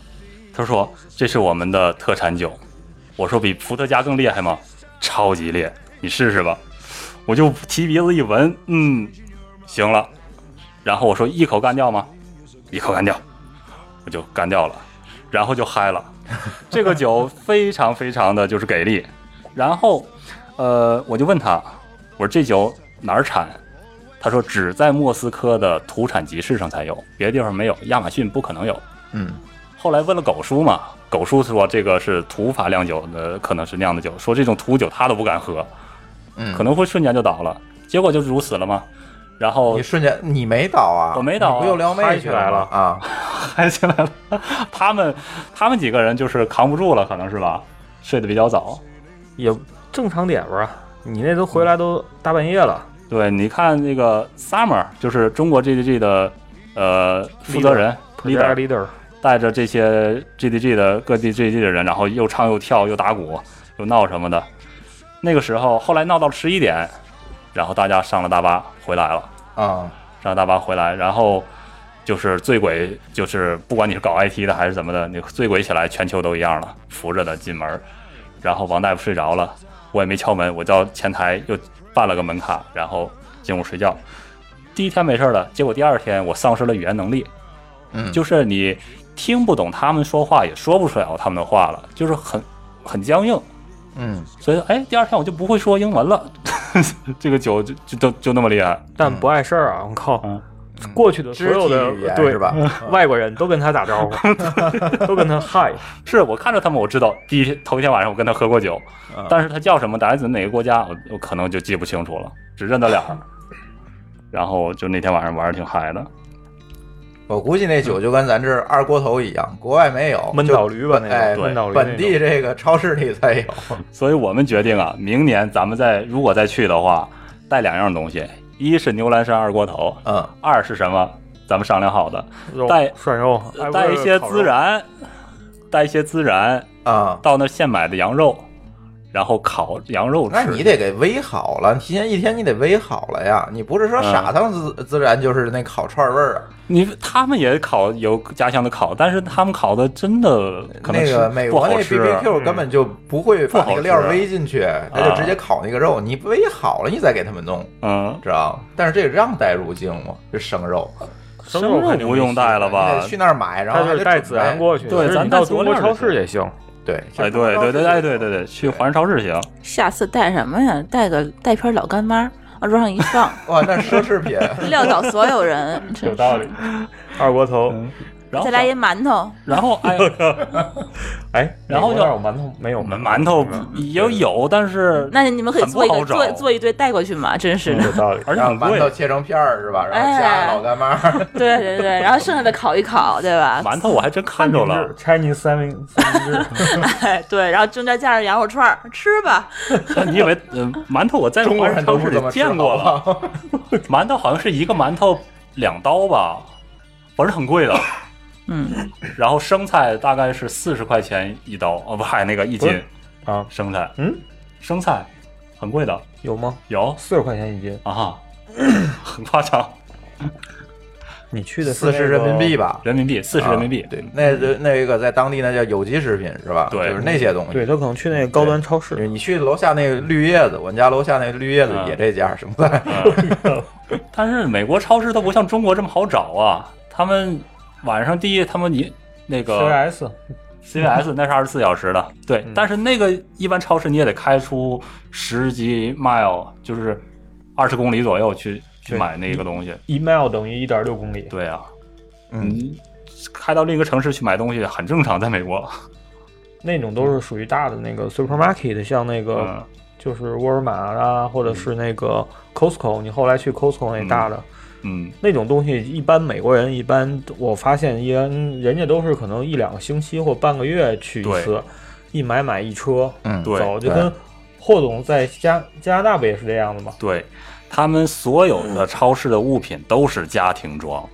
S2: 他说这是我们的特产酒。我说比伏特加更厉害吗？超级烈，你试试吧。我就提鼻子一闻，嗯，行了。然后我说一口干掉吗？一口干掉，我就干掉了，然后就嗨了。这个酒非常非常的就是给力。然后，呃，我就问他，我说这酒哪儿产？他说只在莫斯科的土产集市上才有，别的地方没有，亚马逊不可能有。
S1: 嗯，
S2: 后来问了狗叔嘛，狗叔说这个是土法酿酒的，可能是酿的酒，说这种土酒他都不敢喝，
S1: 嗯，
S2: 可能会瞬间就倒了。结果就如死了嘛。然后
S1: 你瞬间你没倒啊，
S2: 我没倒啊
S1: 你不又撩
S4: 嗨
S1: 妹
S4: 起
S1: 去
S4: 来
S1: 吗
S4: 了
S1: 啊，
S2: 嗨起来了， 他们他们几个人就是扛不住了，可能是吧，睡得比较早。
S4: 也正常点吧。你那都回来都大半夜了，
S2: 对，你看那个 Summer，就是中国 GDG 的呃负责人
S1: 嗯
S4: leader leader，
S2: 带着这些 GDG 的各地 GDG 的人，然后又唱又跳又打鼓又闹什么的。那个时候，后来闹到十一点，然后大家上了大巴回来了，
S1: 啊，
S2: 上了大巴回来，然后就是醉鬼，就是不管你是搞 IT 的还是怎么的，你醉鬼起来，全球都一样了，扶着的进门。然后王大夫睡着了，我也没敲门，我到前台又办了个门卡，然后进屋睡觉。第一天没事儿了，结果第二天我丧失了语言能力，
S1: 嗯，
S2: 就是你听不懂他们说话，也说不出来他们的话了，就是很很僵硬。
S1: 嗯
S2: 所以，哎，第二天我就不会说英文了。 这个酒就就就就那么厉害，
S4: 但不碍事儿啊！我靠
S2: 嗯，
S4: 过去的所
S1: 嗯肢
S4: 有
S1: 体
S4: 的
S1: 语言
S4: 对
S1: 是吧？
S4: 外国人都跟他打招 呼，都跟他嗨，
S2: 是我看着他们，我知道第一天头一天晚上我跟他喝过酒，
S4: 嗯
S2: 但是他叫什么，来自哪个国家，我我可能就记不清楚了，只认得脸儿。然后就那天晚上玩的挺嗨的，
S1: 我估计那酒就跟咱这儿二锅头一样，国外没有，
S4: 闷
S1: 就
S4: 倒驴吧那
S1: 哎，
S4: 个，
S2: 对
S4: 闷倒驴那种
S1: 本地这个超市里才有。
S2: 所以我们决定啊，明年咱们再如果再去的话，带两样东西，一是牛栏山二锅头，
S1: 嗯，
S2: 二是什么？咱们商量好的，
S4: 肉
S2: 带
S4: 涮肉，哎
S2: 带一些孜，
S4: 不是烤肉
S2: 然，带一些孜然，
S1: 啊，
S2: 到那儿现买的羊肉，然后烤羊肉吃。
S1: 那你得给煨好了，提前一天你得煨好了呀。你不是说
S4: 嗯
S1: 傻烫孜孜然就是那烤串味儿啊？
S2: 你他们也烤有家乡的烤，但是他们烤的真的可能
S1: 那
S2: 吃
S1: 个美
S2: 不
S1: 国那
S2: 好吃。嗯
S1: BBQ 根本就不会把那个料
S2: 不好吃啊
S1: 煨进去，他就直接烤那个肉。你煨好了，你再给他们弄，
S2: 嗯，
S1: 知道吗？但是这个让带入境嘛，这生肉，
S2: 生
S4: 肉肯定
S2: 不用带了
S1: 你
S2: 吧
S1: 得？去那儿买，然
S4: 他
S1: 后
S4: 就
S1: 还
S4: 是
S1: 得
S4: 带孜
S1: 准备
S4: 然过去，
S2: 对
S4: 其实
S2: 咱
S4: 你
S2: 带
S4: 到
S2: 佐
S4: 中
S2: 料
S4: 国
S2: 就
S4: 超市
S2: 行
S4: 也行，
S1: 对，
S2: 哎，对对对，哎对对对，去华人超市行。
S5: 下次带什么呀？带个带片老干妈，往桌上一 放，
S1: 哇，那奢侈品，
S5: 撂倒所有人。
S3: 有道理。
S4: 二锅头，
S2: 然后
S5: 再来一馒头，
S2: 然后哎，
S4: 哎，
S2: 然后
S4: 美国
S2: 就
S4: 那儿有馒头没有？
S2: 我们馒头
S1: 嗯
S2: 也有，但是
S5: 那你们可以做一
S2: 很
S5: 个
S2: 不好找
S5: 做做一堆带过去嘛，真是的。
S4: 有 道理，
S2: 而且
S1: 然后
S2: 很
S1: 馒
S2: 贵
S1: 头。切成片儿是吧？然后加
S5: 哎
S1: 老干妈，
S2: 嗯
S5: 对对对，然后剩下的烤一烤，对吧？
S2: 馒头我还真看着了，
S4: ，Chinese 三 明三明治，
S5: 哎，对，然后中间加上羊肉串儿，吃吧。
S2: 但你以为呃馒头我 在
S1: 中
S2: 华
S1: 国
S2: 人
S1: 人
S2: 超
S1: 都
S2: 市
S1: 是这么
S2: 里
S1: 吃
S2: 见过了
S1: 好，不好
S2: 馒头好像是一个馒头两刀吧，反正很 贵的。
S5: 嗯，
S2: 然后生菜大概是四十块钱一刀，哦不，还那个一
S4: 不
S2: 斤
S4: 是啊
S2: 生菜，
S4: 嗯，
S2: 生菜很贵的，
S4: 有吗？
S2: 有
S4: 四十块钱一斤，
S2: 啊哈，很夸张，
S4: 你去的是
S1: 四十人民币
S4: 吧？
S1: 吧？
S2: 人民币四十人民币，嗯
S1: 啊对，那就那个在当地那叫有机食品是吧？
S2: 对
S1: 就是那些东西。
S4: 对他可能去那个高端超
S1: 就是
S4: 市，
S1: 你去楼下那个绿叶子，我们家楼下那个绿叶子
S2: 啊
S1: 也这价，什么的。
S2: 但是美国超市它不像中国这么好找啊，他们晚上第一他们你那
S4: 四
S2: 个
S4: S
S2: CVS 那是二十四小时的，对。
S1: 嗯
S2: 但是那个一般超市你也得开出十几 mile，就是二十公里左右去去
S4: 对
S2: 买那个东西。
S4: 一 mile 等于一点六公里。
S2: 对啊，
S1: 嗯，
S2: 开到另一个城市去买东西很正常，在美国。
S4: 那种都是属于大的那个 supermarket，像那个、
S2: 嗯
S4: 就是沃尔玛啊，或者是那个 Costco，你后来去 Costco 那大的、
S2: 嗯，
S4: 那种东西，一般美国人一般我发现一般人家都是可能一两个星期或半个月去一次
S2: 对，
S4: 一买买一车，
S1: 嗯
S2: 对
S4: 走就
S1: 对
S4: 跟霍总在加加拿大不也是这样的吗？
S2: 对，他们所有的超市的物品都是家庭装，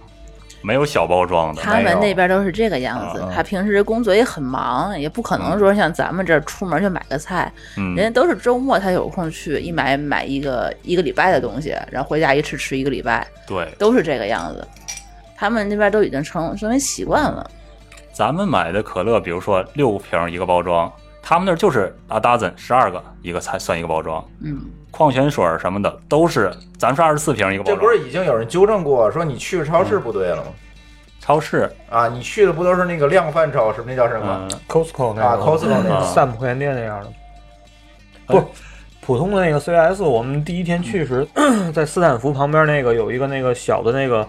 S2: 没有小包装的。
S5: 他们那边都是这个样子，他平时工作也很忙，也不可能说像咱们这儿出门就买个菜，
S2: 嗯，
S5: 人家都是周末他有空去一买买一个一个礼拜的东西，然后回家一吃吃一个礼拜，
S2: 对，
S5: 都是这个样子。他们那边都已经成成为习惯了，
S2: 咱们买的可乐，比如说六瓶一个包装，他们那儿就是啊 dozen 十二个一个才算一个包装。
S5: 嗯，
S2: 矿泉水什么的都是，咱们是二十四瓶一个包
S1: 这
S2: 装。
S1: 不是已经有人纠正过说你去超市不对了吗？
S2: 超市，
S1: 啊，你去的不都是那个量贩超市，那叫什么
S2: 嗯，
S4: Costco 那
S1: 啊
S4: 种嗯
S1: ？Costco 那
S2: 啊
S1: 个，
S4: 散铺面店那样的，不，普通的那个 CVS，我们第一天去时， 在斯坦福旁边那个有一个那个小的那个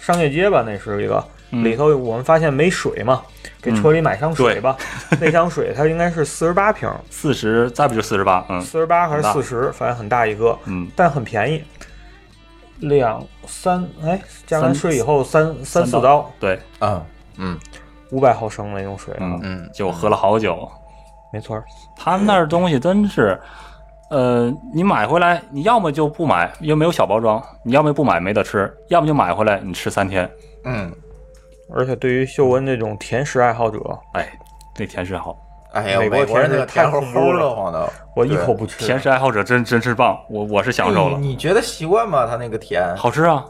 S4: 商业街吧，那是一个。
S2: 嗯
S4: 里头我们发现没水嘛，给
S2: 嗯
S4: 车里买箱水吧。那箱 水它应该是四十八瓶，
S2: 四十，再不就四十八，嗯
S4: 四十八还是
S2: 很大
S4: 四十，反正很大一个，
S2: 嗯，
S4: 但很便宜，两三哎加完
S2: 三
S4: 税以后三三四
S2: 刀
S4: 刀，
S2: 对，
S1: 嗯嗯
S4: 五百毫升的那种水啊，
S2: 嗯，
S1: 嗯，
S2: 就喝了好久。
S4: 没错儿。
S2: 他们那儿东西真是，呃，你买回来，你要么就不买，又没有小包装，你要么不买没得吃，要么就买回来你吃三天。
S1: 嗯，
S4: 而且对于秀恩这种甜食爱好者，
S2: 哎，那甜食好，
S1: 哎呀，
S4: 美国
S1: 美国人那个
S4: 甜
S1: 太
S4: 食
S1: 齁
S4: 太恐怖
S1: 齁
S4: 了
S1: 得慌的，
S4: 我一
S1: 对
S4: 口不吃。
S2: 甜食爱好者真真是棒，我我是享受了，
S1: 啊哎你你觉得习惯吗？它那个甜，
S2: 好吃啊。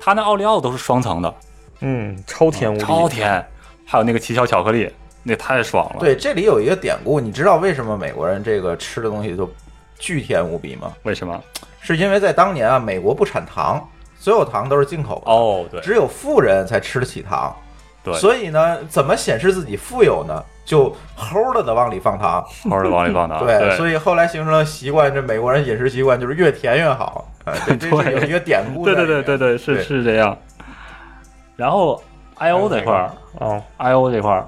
S2: 他那奥利奥都是双层的，
S4: 嗯，超甜无敌，
S2: 超甜，还有那个奇巧巧克力，那太爽了。，
S1: 对，这里有一个典故，你知道为什么美国人这个吃的东西就巨甜无比吗？
S2: 为什么？
S1: 是因为在当年啊，美国不产糖，所有糖都是进口的，
S2: 哦，对，
S1: 只有富人才吃得起糖。
S2: 对
S1: 所以呢，怎么显示自己富有呢？就齁了的往里放糖。
S2: 齁的往里放的啊。
S1: 对，
S2: 对
S1: 所以后来形成了习惯，这美国人饮食习惯就是越甜越好。啊， 这这是有一个典故在
S2: 对
S1: 里
S2: 对
S1: 面。
S2: 对对对，是
S1: 对
S2: 是这样。然后 I O 这块儿
S4: 哦，
S2: ，I O 这块儿，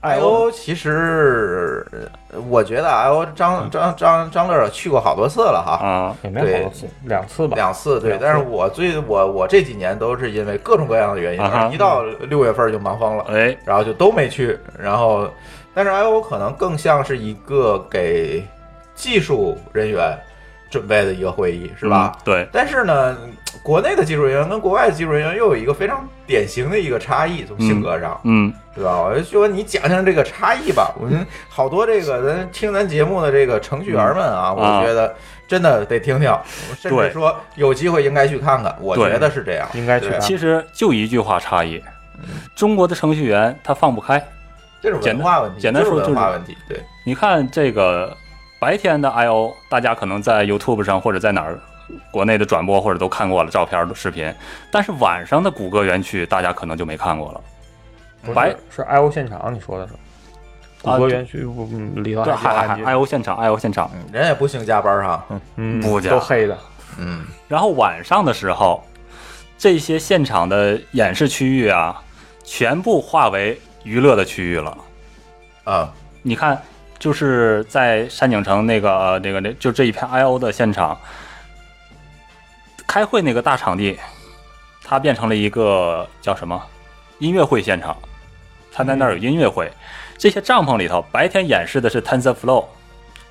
S1: I O 其实，呃我觉得 I O 张张张张乐去过好多次了哈，
S2: 嗯啊，
S4: 也没好多次，两次吧。
S1: 两次对
S4: 两。次
S1: 但是我最我我这几年都是因为各种各样的原因，
S2: 啊哈
S1: 一到六月份就忙疯了，
S2: 哎，
S1: 然后就都没去。然后，但是 I O 可能更像是一个给技术人员准备的一个会议，是吧？
S2: 嗯？对，
S1: 但是呢，国内的技术人员跟国外的技术人员又有一个非常典型的一个差异，从性格上，
S2: 嗯，
S1: 对吧？我就说你讲讲这个差异 吧。我们好多这个咱听咱节目的这个程序员们啊，
S2: 啊
S1: 我觉得真的得听听，甚
S2: 对
S1: 至说有机会应该去看看。我
S2: 对
S1: 觉得是这样，
S4: 应该去啊
S1: 对
S4: 看
S2: 其实就一句话差异，中国的程序员他放不开。
S1: 这是文化问题，
S2: 简单简单说
S1: 这
S2: 就是
S1: 是文化问题。对，
S2: 你看这个白天的 I O，大家可能在 YouTube 上或者在哪儿。国内的转播或者都看过了照片儿视频，但是晚上的谷歌园区大家可能就没看过了。
S4: 不是
S2: 白
S4: 是 I O 现场，你说的是？谷
S2: 啊
S4: 歌
S2: 对
S4: 园区不嗯里头
S2: 对，还
S4: 还
S2: 还
S4: 有
S2: I O 现场，I O 现场，
S1: 嗯人也不兴加班哈。
S4: 嗯
S2: 不加
S4: 都黑的，
S1: 嗯，
S2: 然后晚上的时候，这些现场的演示区域啊，全部化为娱乐的区域了。
S1: 啊，
S2: 你看，就是在山景城那个、呃、那个那就这一片 I O 的现场，开会那个大场地，它变成了一个叫什么音乐会现场，它在那儿有音乐会。这些帐篷里头，白天演示的是 TensorFlow，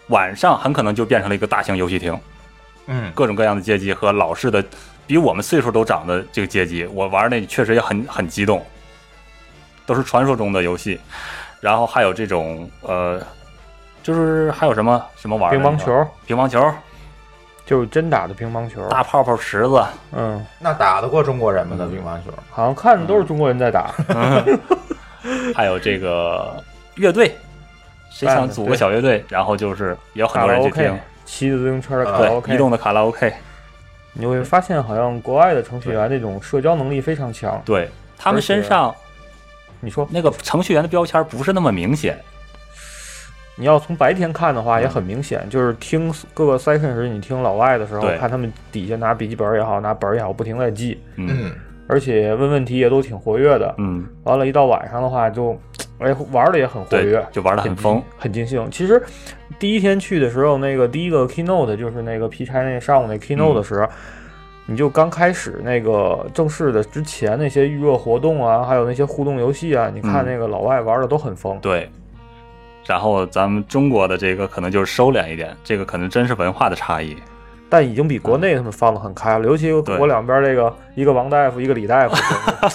S2: 晚上很可能就变成了一个大型游戏厅。
S1: 嗯
S2: 各种各样的阶级和老式的，比我们岁数都长的这个阶级，我玩那确实也很很激动，都是传说中的游戏。然后还有这种呃，就是还有什么什么玩儿
S4: 乒
S2: 的
S4: 乓球、
S2: 乒乓球、
S4: 就是真打的乒乓球，
S2: 大泡泡池 子，
S4: 嗯，
S1: 那打得过中国人吗？
S2: 嗯
S1: 那乒乓球？
S4: 好像看的都是中国人在打，
S2: 还有这个乐队，谁想组个小乐队？然后就是也有很
S4: 卡
S2: 多
S4: 拉
S2: 人去听
S4: OK，，骑着自行车的卡拉
S2: 对，移
S4: OK，
S2: 动的卡拉 OK，
S4: 你会发现好像国外的程序员这种社交能力非常强，
S2: 对他们身上
S4: 你说
S2: 那个程序员的标签不是那么明显，
S4: 你要从白天看的话，也很明显，就是听各个 session 时，你听老外的时候
S2: 对，
S4: 看他们底下拿笔记本也好，拿本儿也好，不停地在记，
S2: 嗯
S1: 嗯，
S4: 而且问问题也都挺活跃的。
S2: 嗯，
S4: 完了，一到晚上的话就，哎，玩的也很活
S2: 对
S4: 跃，，
S2: 就玩的很疯，
S4: 啊嗯很尽兴。其实第一天去的时候，那个第一个 keynote 就是那个 P 差那上午那
S2: 嗯
S4: keynote 的时候，你就刚开始那个正式的之前那些预热活动啊，还有那些互动游戏啊，你看
S2: 嗯
S4: 那个老外玩的都很疯。
S2: 对。然后咱们中国的这个可能就是收敛一点，这个可能真是文化的差异。
S4: 但已经比国内他们放得很开了，尤其
S2: 对
S4: 我两边这个一个王大夫，一个李 大夫，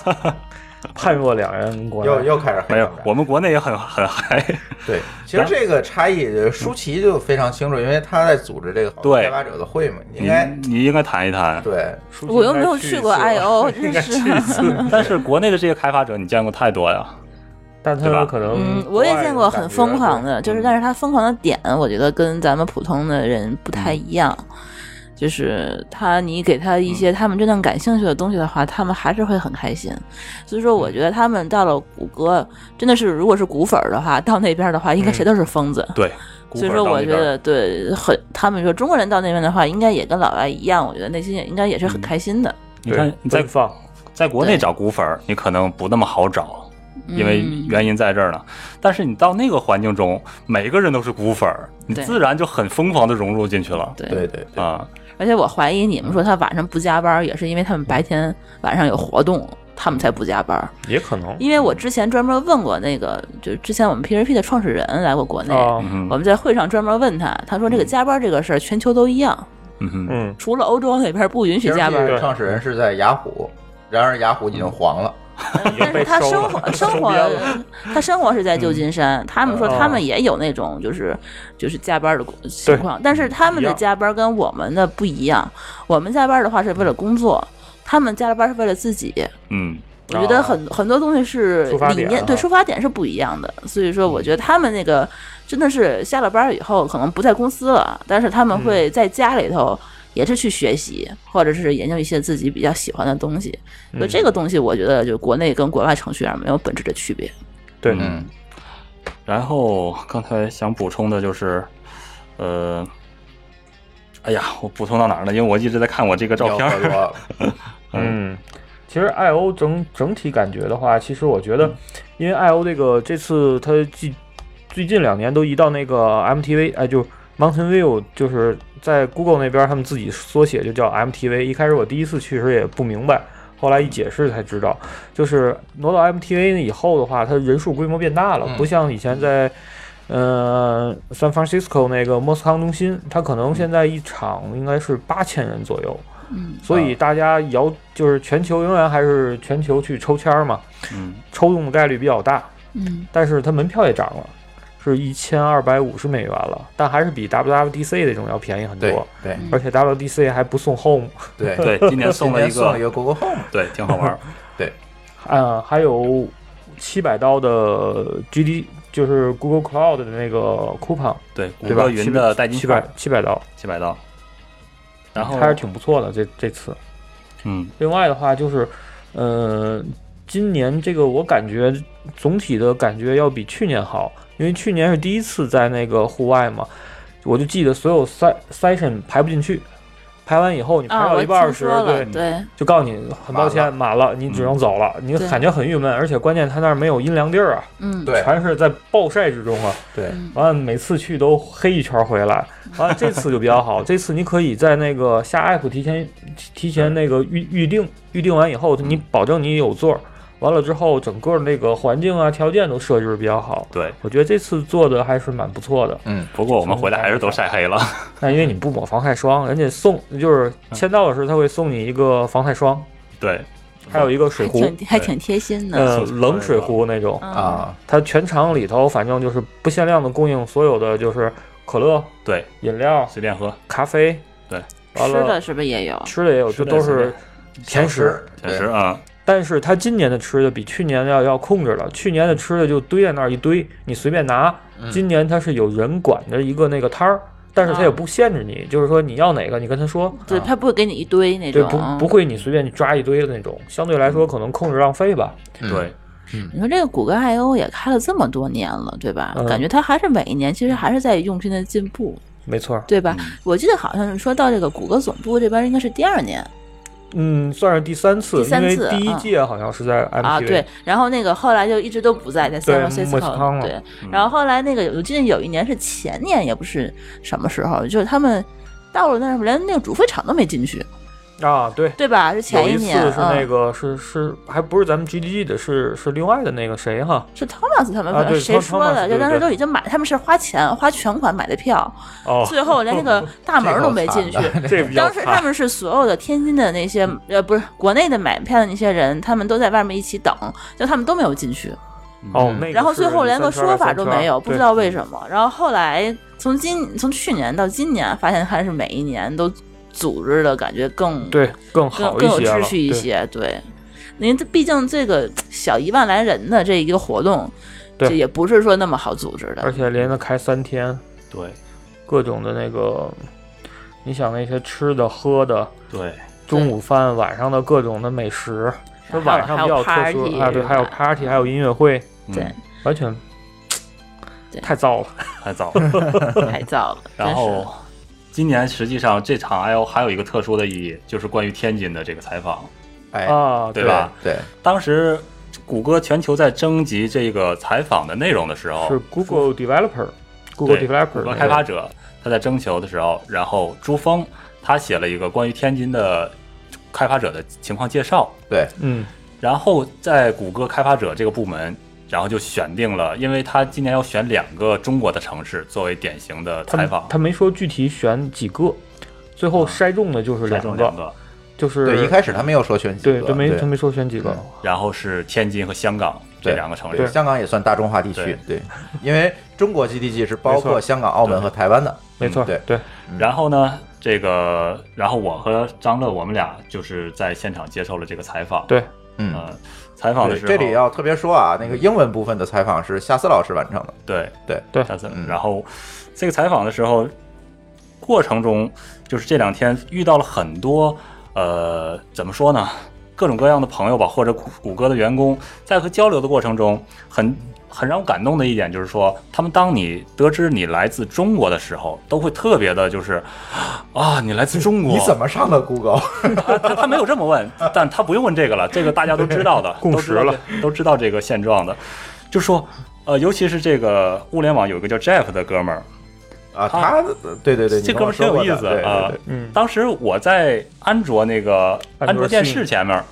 S4: 真是 判若两人。国
S1: 又
S4: 内
S1: 又开始黑
S2: 没有
S1: 了，。
S2: 我们国内也很很嗨，
S1: 对，其实这个差异，呃舒淇就非常清楚，因为她在组织这个好多
S2: 对嗯
S1: 开发者的会嘛，你应
S2: 你
S1: 该
S2: 你应该谈一谈。
S1: 对，
S5: 我又没有去过 IO，
S1: 应
S5: 真
S1: 该
S5: 是
S1: 去。一 次。
S2: 但是国内的这些开发者你见过太多呀，
S4: 但他
S2: 对吧
S4: 们可能
S5: 嗯，
S4: 国
S5: 我也
S4: 外
S5: 见
S4: 的
S5: 过
S4: 感
S5: 很
S4: 觉
S5: 疯狂的，就是
S2: 嗯
S5: 但是他疯狂的点，我觉得跟咱们普通的人不太
S4: 嗯
S5: 一样。就是他，你给他一
S4: 嗯
S5: 些他们真正感兴趣的东西的话，他们还是会很开心。所以说，
S4: 嗯
S5: 我觉得他们到了谷歌，真的是如果是谷粉儿的话，到那边的话，应
S4: 嗯
S5: 该谁都是疯子。
S2: 对，
S5: 所以说，我觉得对很，他们说中国人到那边的话，应该也跟老外一样，我觉得内心也应该也是
S4: 嗯
S5: 很开心的。
S2: 你看你在
S4: 奔放，
S2: 在国内
S5: 对
S2: 找股粉儿，你可能不那么好找，因为
S5: 嗯
S2: 原因在这儿呢。但是你到那个环境中，每个人都是股粉儿，你
S5: 对
S2: 自然就很疯狂的融入进去了。
S5: 对
S1: 对对对，
S2: 啊，
S5: 而且我怀疑你们说他晚上不加班儿，也是因为他们白天晚上有活动，他们才不加班儿。
S4: 也可能
S5: 因为我之前专门问过那个，就是之前我们 PRP 的创始人来过国内，
S4: 啊，
S2: 嗯
S5: 我
S2: 哼
S5: 们在会上专门问他，他说这个加班这个事儿全球都一样，
S2: 嗯哼，
S4: 嗯，
S5: 除了欧洲那边不允许
S1: 其实
S5: 加班
S1: 这
S5: 儿。
S1: 个创始人是在雅虎，然而雅虎已经黄了，
S4: 已
S5: 但
S4: 经
S5: 是
S4: 被
S5: 他
S4: 收
S5: 生
S4: 了
S5: 活生
S4: 收
S5: 活
S4: 编了
S5: 他生活是在旧金山，他们说
S4: 哦
S5: 他们也有那种就是就是加班的情况，但是他们
S4: 一
S5: 的
S4: 样
S5: 加班跟我们的不一样，我们加班的话是为了工作，他们加班是为了自己。
S2: 嗯，
S5: 我觉得很、很多东西是
S4: 啊出发
S5: 理
S4: 点
S5: 念，对
S4: 啊嗯
S5: 出发点是不一样的，所以说我觉得他们那个真的是下了班以后可能不在公司了，但是他们会
S4: 嗯
S5: 在家里头也是去学习，或者是研究一些自己比较喜欢的东西。所以这
S4: 嗯
S5: 个东西我觉得就国内跟国外程序员没有本质的区别。
S4: 对，
S1: 嗯，
S2: 然后刚才想补充的就是，呃，哎呀，我补充到哪儿了？因为我一直在看我这个照片
S1: 要不
S2: 儿。
S1: 说
S4: 嗯，其实 I O 整整体感觉的话，其实我觉得，因为 I O 这个这次它近最近两年都移到那个 MTV，哎，就 Mountain View，就是在 Google 那边他们自己缩写就叫 MTV。一开始我第一次去时也不明白，后来一解释才知道，就是挪到 MTV 以后的话，它人数规模变大了
S1: 嗯，
S4: 不像以前在。呃，San Francisco 那个莫斯康中心，它可能现在一场应该是八千人左右，
S5: 嗯，
S4: 所
S2: 啊
S4: 以大家摇就是全球永远还是全球去抽签儿嘛，
S2: 嗯，
S4: 抽中的概率比较大，
S5: 嗯，
S4: 但是它门票也涨了，是一千二百五十美元了，但还是比 WWDC 那种要便宜很
S1: 对
S4: 多，
S1: 对
S4: 而且 WWDC 还不送 home，
S1: 对
S2: 对，今年送了一
S1: 今送了一个
S2: 个，
S1: Google Home，
S2: 对，挺好玩儿。
S4: 呃，还有七百刀的 GD 就是 Google Cloud 的那个 coupon，
S2: 对，谷
S4: 对吧
S2: 歌？云的代金
S4: 七
S2: 券
S4: 百
S2: 儿
S4: 七百刀，
S2: 七百刀，然后
S4: 还是挺不错的这这次。
S2: 嗯
S4: 另外的话就是，呃，今年这个我感觉总体的感觉要比去年好，因为去年是第一次在那个户外嘛，我就记得所有 se- session 排不进去，排完以后你排
S5: 啊，
S4: 到
S5: 我
S4: 一半儿
S5: 听
S4: 时，
S5: 说了，
S4: 对，
S5: 对，
S4: 就告诉你很抱歉满了，嗯你只能走了，你
S5: 对
S4: 感觉很郁闷，而且关键他那儿没有阴凉地儿啊，
S5: 嗯，
S1: 对
S4: 全是在暴晒之中啊。
S1: 对
S4: 完了，每次去都黑一圈儿回来。完了，这次就比较 好，这次你可以在那个下 app 提前提提前那个预预定，预定完以
S1: 嗯
S4: 后，你保证你有座儿。完了之后，整个那个环境啊、条件都设置得比较好。
S2: 对。
S4: 我觉得这次做的还是蛮不错的。
S2: 不过我们回来还是都晒黑了。
S4: 那因为你不抹防晒霜，人家送就是
S1: 嗯
S4: 签到的时候他会送你一个防晒霜，
S2: 对，
S4: 还有一个水
S5: 还
S4: 壶，
S5: 挺还挺贴心的。
S4: 呃，冷水壶那种。
S5: 嗯，
S1: 啊，
S4: 它全场里头反正就是不限量的供应所有的就是可乐、
S2: 对，
S4: 饮料、
S2: 随便喝，
S4: 咖啡，
S2: 对，
S4: 完
S5: 吃
S4: 了
S5: 的是不是也有？
S4: 吃的也有，
S2: 吃
S4: 这
S2: 的
S4: 都
S2: 也
S4: 是甜食。
S2: 确
S1: 对
S2: 实啊，
S4: 但是它今年的吃的比去年要要控制了，去年的吃的就堆在那儿一堆，你随便拿。
S2: 嗯
S4: 今年它是有人管着一个那个摊儿，但是
S5: 嗯
S4: 它也不限制你，就是说你要哪个你跟他说，
S5: 对，他不会给你一堆那
S4: 啊对，
S5: 种，嗯
S2: 嗯
S4: 不不会你随便抓一堆的那种，相对来说可能控制浪费吧。
S1: 嗯
S2: 对，
S5: 你说这个谷歌 I O 也开了这么多年了，对吧？
S4: 嗯
S5: 感觉它还是每一年其实还是在用心的进步，
S4: 没错，
S5: 对吧？我记得好像是说到这个谷歌总部这边应该是第二年
S4: 嗯，算是第三次，
S5: 第三次
S4: 因为第一
S5: 嗯
S4: 届好像是在 MTV，、
S5: 啊，对。然后那个后来就一直都不在，在 San
S4: 对
S5: Francisco，
S4: 莫斯科嗯
S5: 对。然后后来那个我记得有一年是前年，也不是什么时候，就是他们到了那儿连那个主飞场都没进去，
S4: 啊，对。
S5: 对吧？是
S4: 有
S5: 前
S4: 一次
S5: 年，
S4: 是那
S5: 嗯、
S4: 个、是是还不是咱们 GDG 的，是是另外的那个谁哈
S5: 是 Thomas 他们、
S4: 啊对
S5: 谁
S4: Thomas-
S5: 说的？
S4: 对
S5: 就当时
S4: 对
S5: 都已经买，他们是花钱花全款买的票，
S4: 哦，
S5: 最后连那 个大门都没进去。
S4: 这比较嗯
S5: 当时他
S4: 惨
S5: 们是所有的天津的那些呃，不是国内的买票的那些人，他们都在外面一起等，就他们都没有进去。
S4: 哦，
S2: 嗯
S4: 那个
S5: 然后最
S4: 是
S5: 后连个
S4: 三圈儿啊
S5: 说法都没有，不知道为
S4: 么。
S5: 什么。然后后来从今从去年到今年，发现还是每一年都组织的感觉更
S4: 对，更
S5: 更
S4: 好一
S5: 更有
S4: 些
S5: 秩
S4: 了
S5: 序一
S4: 对
S5: 些。对，您这毕竟这个小一万来人的这一个活动，
S4: 对
S5: 这也不是说那么好组织的。
S4: 而且连着开三天，
S2: 对
S4: 各种的那个，你想那些吃的喝的，
S2: 对，
S4: 中午饭、晚上的各种的美食，
S5: 还
S4: 那
S5: 有
S4: 晚上比较
S5: 还
S4: 特
S5: 有
S4: 殊
S5: party
S4: 啊，对，还有嗯
S5: 是吧嗯
S4: party，还有音乐会，
S2: 嗯
S5: 对，
S4: 完全
S5: 对
S4: 太糟了。
S2: 太早了。
S5: 太燥 了。真
S2: 然
S5: 是
S2: 后今年实际上这场 I O 还有一个特殊的意义，就是关于天津的这个采访，
S1: 哎，
S4: 啊，
S2: 对吧？
S1: 对，
S2: 当时谷歌全球在征集这个采访的内容的时候，
S4: 是 Google developer，Google
S2: 哦对
S4: developer
S2: 谷歌
S4: 那
S2: 开
S4: 个
S2: 发者他在征求的时候，然后朱峰他写了一个关于天津的开发者的情况介绍，
S1: 对，
S4: 嗯，
S2: 然后在谷歌开发者这个部门，然后就选定了，因为他今年要选两个中国的城市作为典型的
S4: 他
S2: 采访，
S4: 他没说具体选几个，最后筛中的就是
S2: 选
S4: 两个
S2: 中两，个，
S4: 就是
S1: 对，一开始他没有说选几
S4: 对
S1: 个，
S4: 都没他没说选几个
S1: 嗯，
S2: 然后是天津和香港这
S1: 对
S2: 两个城
S1: 对，
S2: 市。
S1: 香港也算大中华地区，对，因为中国 GDG 是包
S4: 没错
S1: 括香港、澳门
S2: 对
S1: 和台湾的，
S4: 没错，
S1: 嗯对
S4: 对，
S2: 然后呢，这个，然后我和张乐我们俩就是在现场接受了这个采访。
S4: 对，
S1: 嗯，
S2: 呃，采访的
S1: 对
S2: 时候，
S1: 这里要特别说啊，那个英文部分的采访是夏思老师完成的，
S2: 对
S1: 对
S4: 对
S2: 下次
S1: 嗯
S2: 然后这个采访的时候，过程中就是这两天遇到了很多呃，怎么说呢，各种各样的朋友吧，或者谷谷歌的员工，在和交流的过程中，很很让我感动的一点就是说，他们当你得知你来自中国的时候，都会特别的就是啊，你来自中国，
S1: 你怎么上的 Google？
S2: 他他他没有这么问，但他不用问这个了，这个大家都知道的，
S4: 共识了
S2: 都知道这，都知道这个现状的。就说，呃，尤其是这个物联网有一个叫 Jeff 的哥们儿，
S1: 啊，
S2: 他
S1: 他对对对，
S2: 这哥们儿挺有意思啊
S1: 啊，
S4: 嗯，
S2: 当时我在安卓那个
S4: 安卓
S2: 安卓电
S4: 系
S2: 视前面，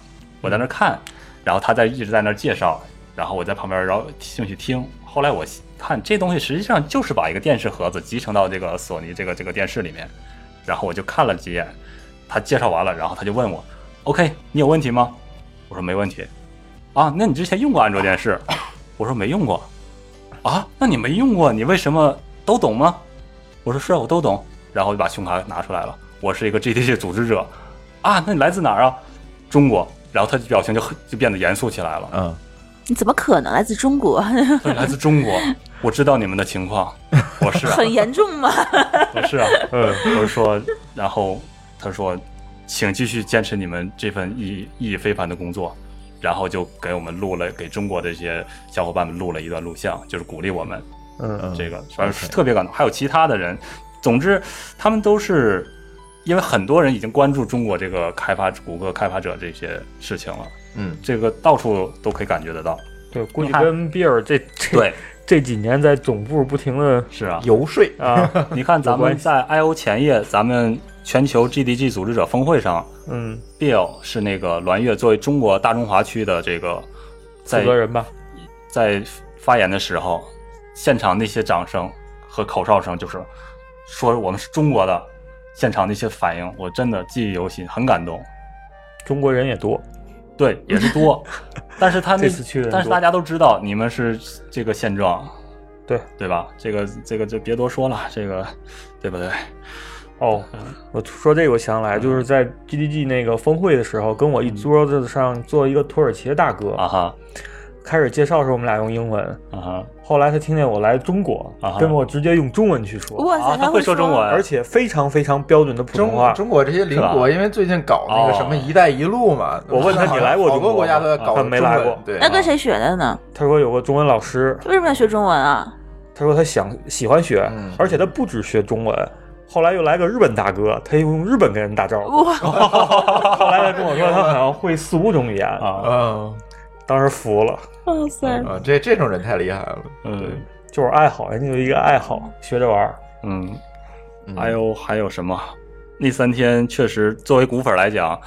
S2: 我在那儿看，然后他在一直在那儿介绍，然后我在旁边然后兴趣听。后来我看这东西实际上就是把一个电视盒子集成到这个索尼这个这个电视里面，然后我就看了几眼，他介绍完了，然后他就问我：“OK，你有问题吗？”我说：“没问题。”啊，那你之前用过安卓电视？我说：“没用过。”啊，那你没用过，你为什么都懂吗？我说是啊，我都懂。然后我就把胸卡拿出来了，我是一个 GTC 组织者啊。那你来自哪儿啊？中国。然后他表情就很就变得严肃起来了。
S1: 嗯，
S5: 你怎么可能来自中国？
S2: 他说来自中国，我知道你们的情况。我是啊，
S5: 很严重吗？
S2: 我是啊，嗯，我说，然后他说，请继续坚持你们这份意义意义非凡的工作。然后就给我们录了，给中国的这些小伙伴们录了一段录像，就是鼓励我们。
S4: 嗯，
S2: 这个反正是特别感动。还有其他的人，总之他们都是因为很多人已经关注中国这个开发谷歌开发者这些事情了，
S1: 嗯，
S2: 这个到处都可以感觉得到。
S4: 对，估计
S2: 你看
S4: 跟比尔这这
S2: 对，
S4: 这几年在总部不停 的
S2: 是啊，
S1: 游说，
S4: 啊，
S2: 你看咱们在 I O 前夜，咱们全球 GDG 组织者峰会上
S4: 嗯，
S2: ，Bill 是那个栾月作为中国大中华区的这个
S4: 负
S2: 在
S4: 责人吧，
S2: 在发言的时候，现场那些掌声和口哨声，就是说我们是中国的，现场那些反应，我真的记忆犹新，很感动。
S4: 中国人也多，
S2: 对，也是多，但是他那
S4: 这次去的人
S2: 但是
S4: 多
S2: 大家都知道你们是这个现状，
S4: 对
S2: 对吧？这个这个就别多说了，这个对不对？
S4: 哦，
S2: 嗯
S4: 我说这个我想起来，就是在 GDG 那个峰会的时候，跟我一桌子上坐一个土耳其的大哥
S2: 嗯啊，哈，
S4: 开始介绍的时候，我们俩用英文，
S2: 啊哈
S4: 后来他听见我来中国
S2: 啊哈，
S4: 跟我直接用中文去说，
S5: 哇塞，
S2: 啊，他
S5: 会
S2: 说中文，
S4: 而且非常非常标准的普
S1: 中
S4: 通话。
S1: 中国这些邻国，因为最近搞那个什么“一带一路”嘛，
S4: 我问他你来过
S1: 好
S4: 中国
S1: 多
S4: 吗
S1: 国家都在搞
S4: 他没来过
S1: 中文 对，
S5: 那跟谁学的呢？
S4: 他说有个中文老师，
S5: 为什么要学中文啊？
S4: 他说他想喜欢学，
S1: 嗯
S4: 而且他不只学中文。后来又来个日本大哥，他又用日本跟人打招呼。
S5: 哇，
S4: 后来他跟我说，他好像会四五种语言，
S2: 啊，
S1: 嗯
S4: 当时服了，
S5: 哇塞，
S1: 啊，这这种人太厉害了。
S4: 呃
S2: 嗯
S4: 就是爱好，人家有一个爱好，学着玩儿。
S2: 嗯，
S1: 嗯
S2: 还有还有什么？那三天确实，作为股粉来讲，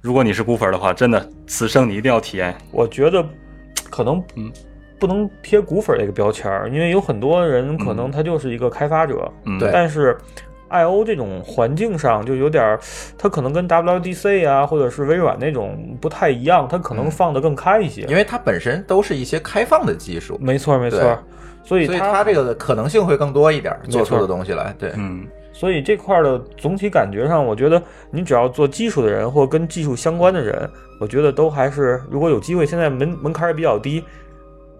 S2: 如果你是股粉的话，真的此生你一定要体验。
S4: 我觉得可能
S2: 嗯
S4: 不能贴骨粉这个标签儿，因为有很多人可能他就是一个开发者，
S2: 嗯，
S1: 对
S4: 但是 I O 这种环境上就有点儿，它可能跟 WDC 啊或者是微软那种不太一样，它可能
S1: 嗯
S4: 放得更开一些。
S1: 因为它本身都是一些开放的技术，
S4: 没错儿没错
S1: 对
S4: 儿，所以
S1: 所以
S4: 它
S1: 它这个可能性会更多一点，
S4: 没错
S1: 做出的东西来。对，
S2: 嗯
S4: 所以这块儿的总体感觉上，我觉得你只要做技术的人或跟技术相关的人，我觉得都还是如果有机会，现在门门槛儿也比较低，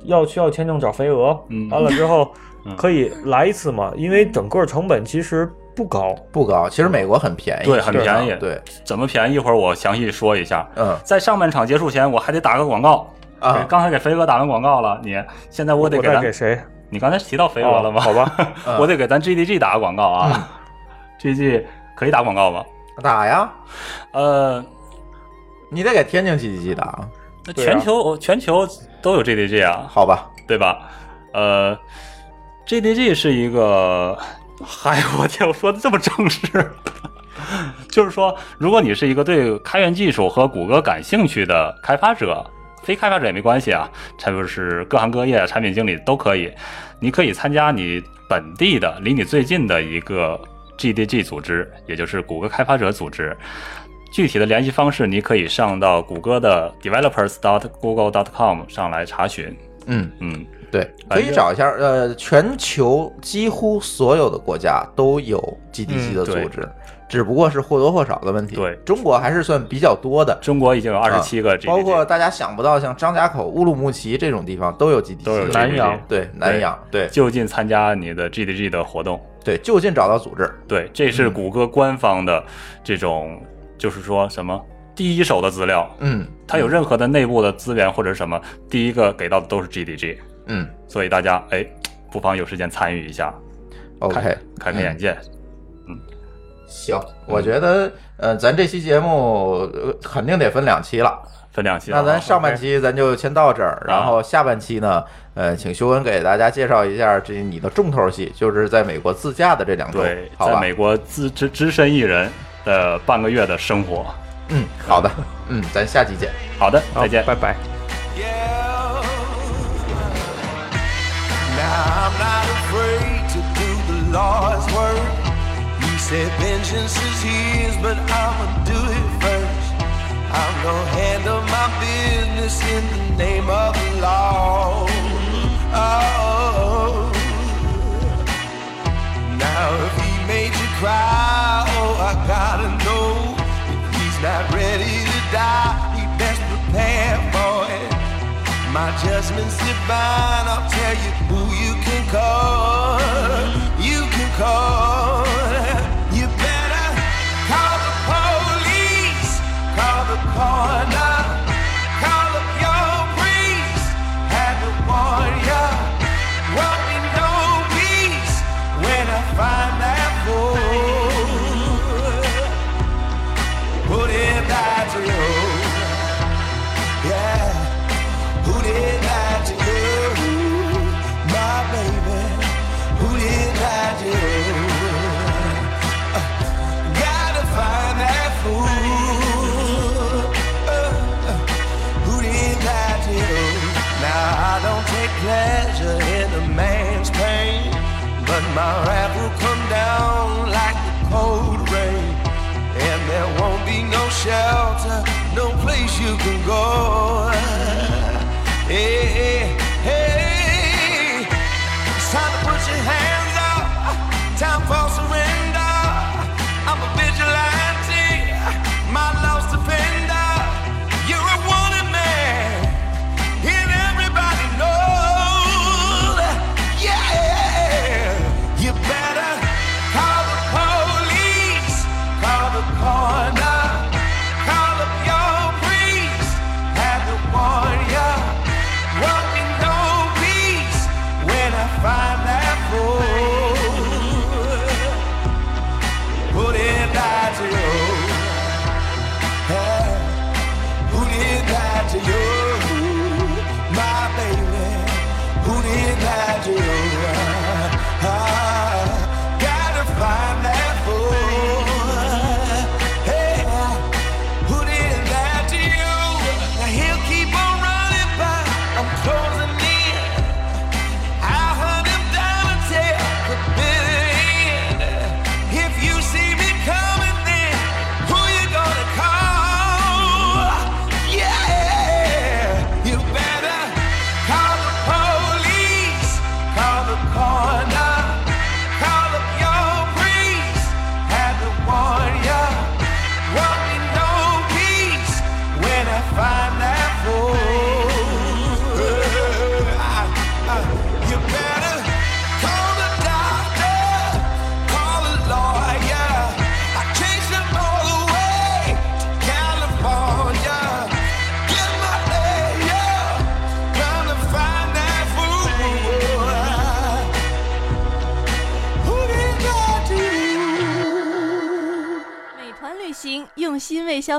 S4: 要需要签证找飞蛾，
S2: 嗯
S4: 完了之后
S2: 嗯
S4: 可以来一次嘛，因为整个成本其实不高。
S1: 不高，其实美国很
S4: 哎
S1: 便宜，
S2: 对很
S1: 市场
S4: 啊
S2: 便宜
S1: 对，
S2: 怎么便宜？一会儿我详细说一下。
S1: 嗯
S2: 在上半场结束前，我还得打个广告。
S1: 啊
S2: 给刚才给肥哥打完广告了，你现在我得
S4: 我
S2: 给
S4: 再
S2: 咱
S4: 给谁？
S2: 你刚才提到肥鹅了吗？
S4: 哦好吧，嗯
S1: 嗯
S2: 我得给咱 GDG 打个广告啊。GDG 可以打广告吗？
S1: 打呀，
S2: 呃，
S1: 你得给天津几几几打，
S4: 对啊
S2: 全球全球都有 GDG 啊，
S1: 好吧？
S2: 对吧？呃，GDG 是一个， 嗨，我天，我说的这么正式， 就是说，如果你是一个对开源技术和谷歌感兴趣的开发者，非开发者也没关系啊，它就是各行各业产品经理都可以，你可以参加你本地的、离你最近的一个 GDG 组织，也就是谷歌开发者组织。具体的联系方式，你可以上到谷歌的 developers.google.com 上来查询。
S1: 嗯，
S2: 嗯，
S1: 对，
S2: 反
S1: 可
S2: 正
S1: 以找一下。呃，全球几乎所有的国家都有 GDC
S4: 嗯
S1: 的
S2: 对
S1: 组织，只不过是或多或少的问题。
S2: 对
S1: 中国还是算比较多的。
S2: 中国已经有二十七个
S1: 啊
S2: GDG，、
S1: 包括大家想不到，像张家口、乌鲁木齐这种地方都有 GDC，
S2: 都有 GDG
S4: 南洋
S1: 对南洋，对
S2: 就近参加你的 GDG 的活动。
S1: 对，就近找到组织，
S2: 对，这是
S1: 嗯
S2: 谷歌官方的这种，就是说什么第一手的资料，
S1: 嗯，
S2: 它有任何的内部的资源或者什么，第一个给到的都是 GDG，
S1: 嗯
S2: 所以大家哎，不妨有时间参与一下，
S1: ，OK，嗯
S2: 开开开眼界。
S1: 行，我觉得呃，咱这期节目呃肯定得分两期了。
S2: 分两期啊，啊
S1: 那咱上半期咱就先到这儿，然后下半期呢，呃，请修文给大家介绍一下这你的重头戏，就是在美国自驾的这两周
S2: 对，，
S1: 好
S2: 在
S1: 吧？
S2: 美国资只只身一人的半个月的生活。
S1: 嗯，好的，嗯，咱下期见。
S2: 好的，
S4: 好
S2: 再见。
S4: 拜拜。
S7: Yeah. Now I'm not afraid to do the Lord's work. He said, Vengeance is His, but I'ma do it first. I'm gonna handle my business in the name of the law. Oh. Now if He made you cry, oh, I gotta know. If He's not ready to die, He best prepare for it. My judgment's divine. I'll tell you who you can call. You can call. You better call the police. Call the coroner. Call up your priest. Had to warn ya. Won't be no peace when I find that fool. Put in that road. Yeah. Who did that to you? My baby, who did that to you? Uh, gotta find that fool. Uh, uh, who did that to you? Now I don't take pleasure in a man's pain, but my wrath will come down like a cold rain. And there won't be no shelter, no place you can go. Hey, hey, hey. It's time to put your hands up. Time for surrender. I'm a vigilante. My love's defender. You're a wanted man. Hit everybody. Ah, Ah,
S6: 新为消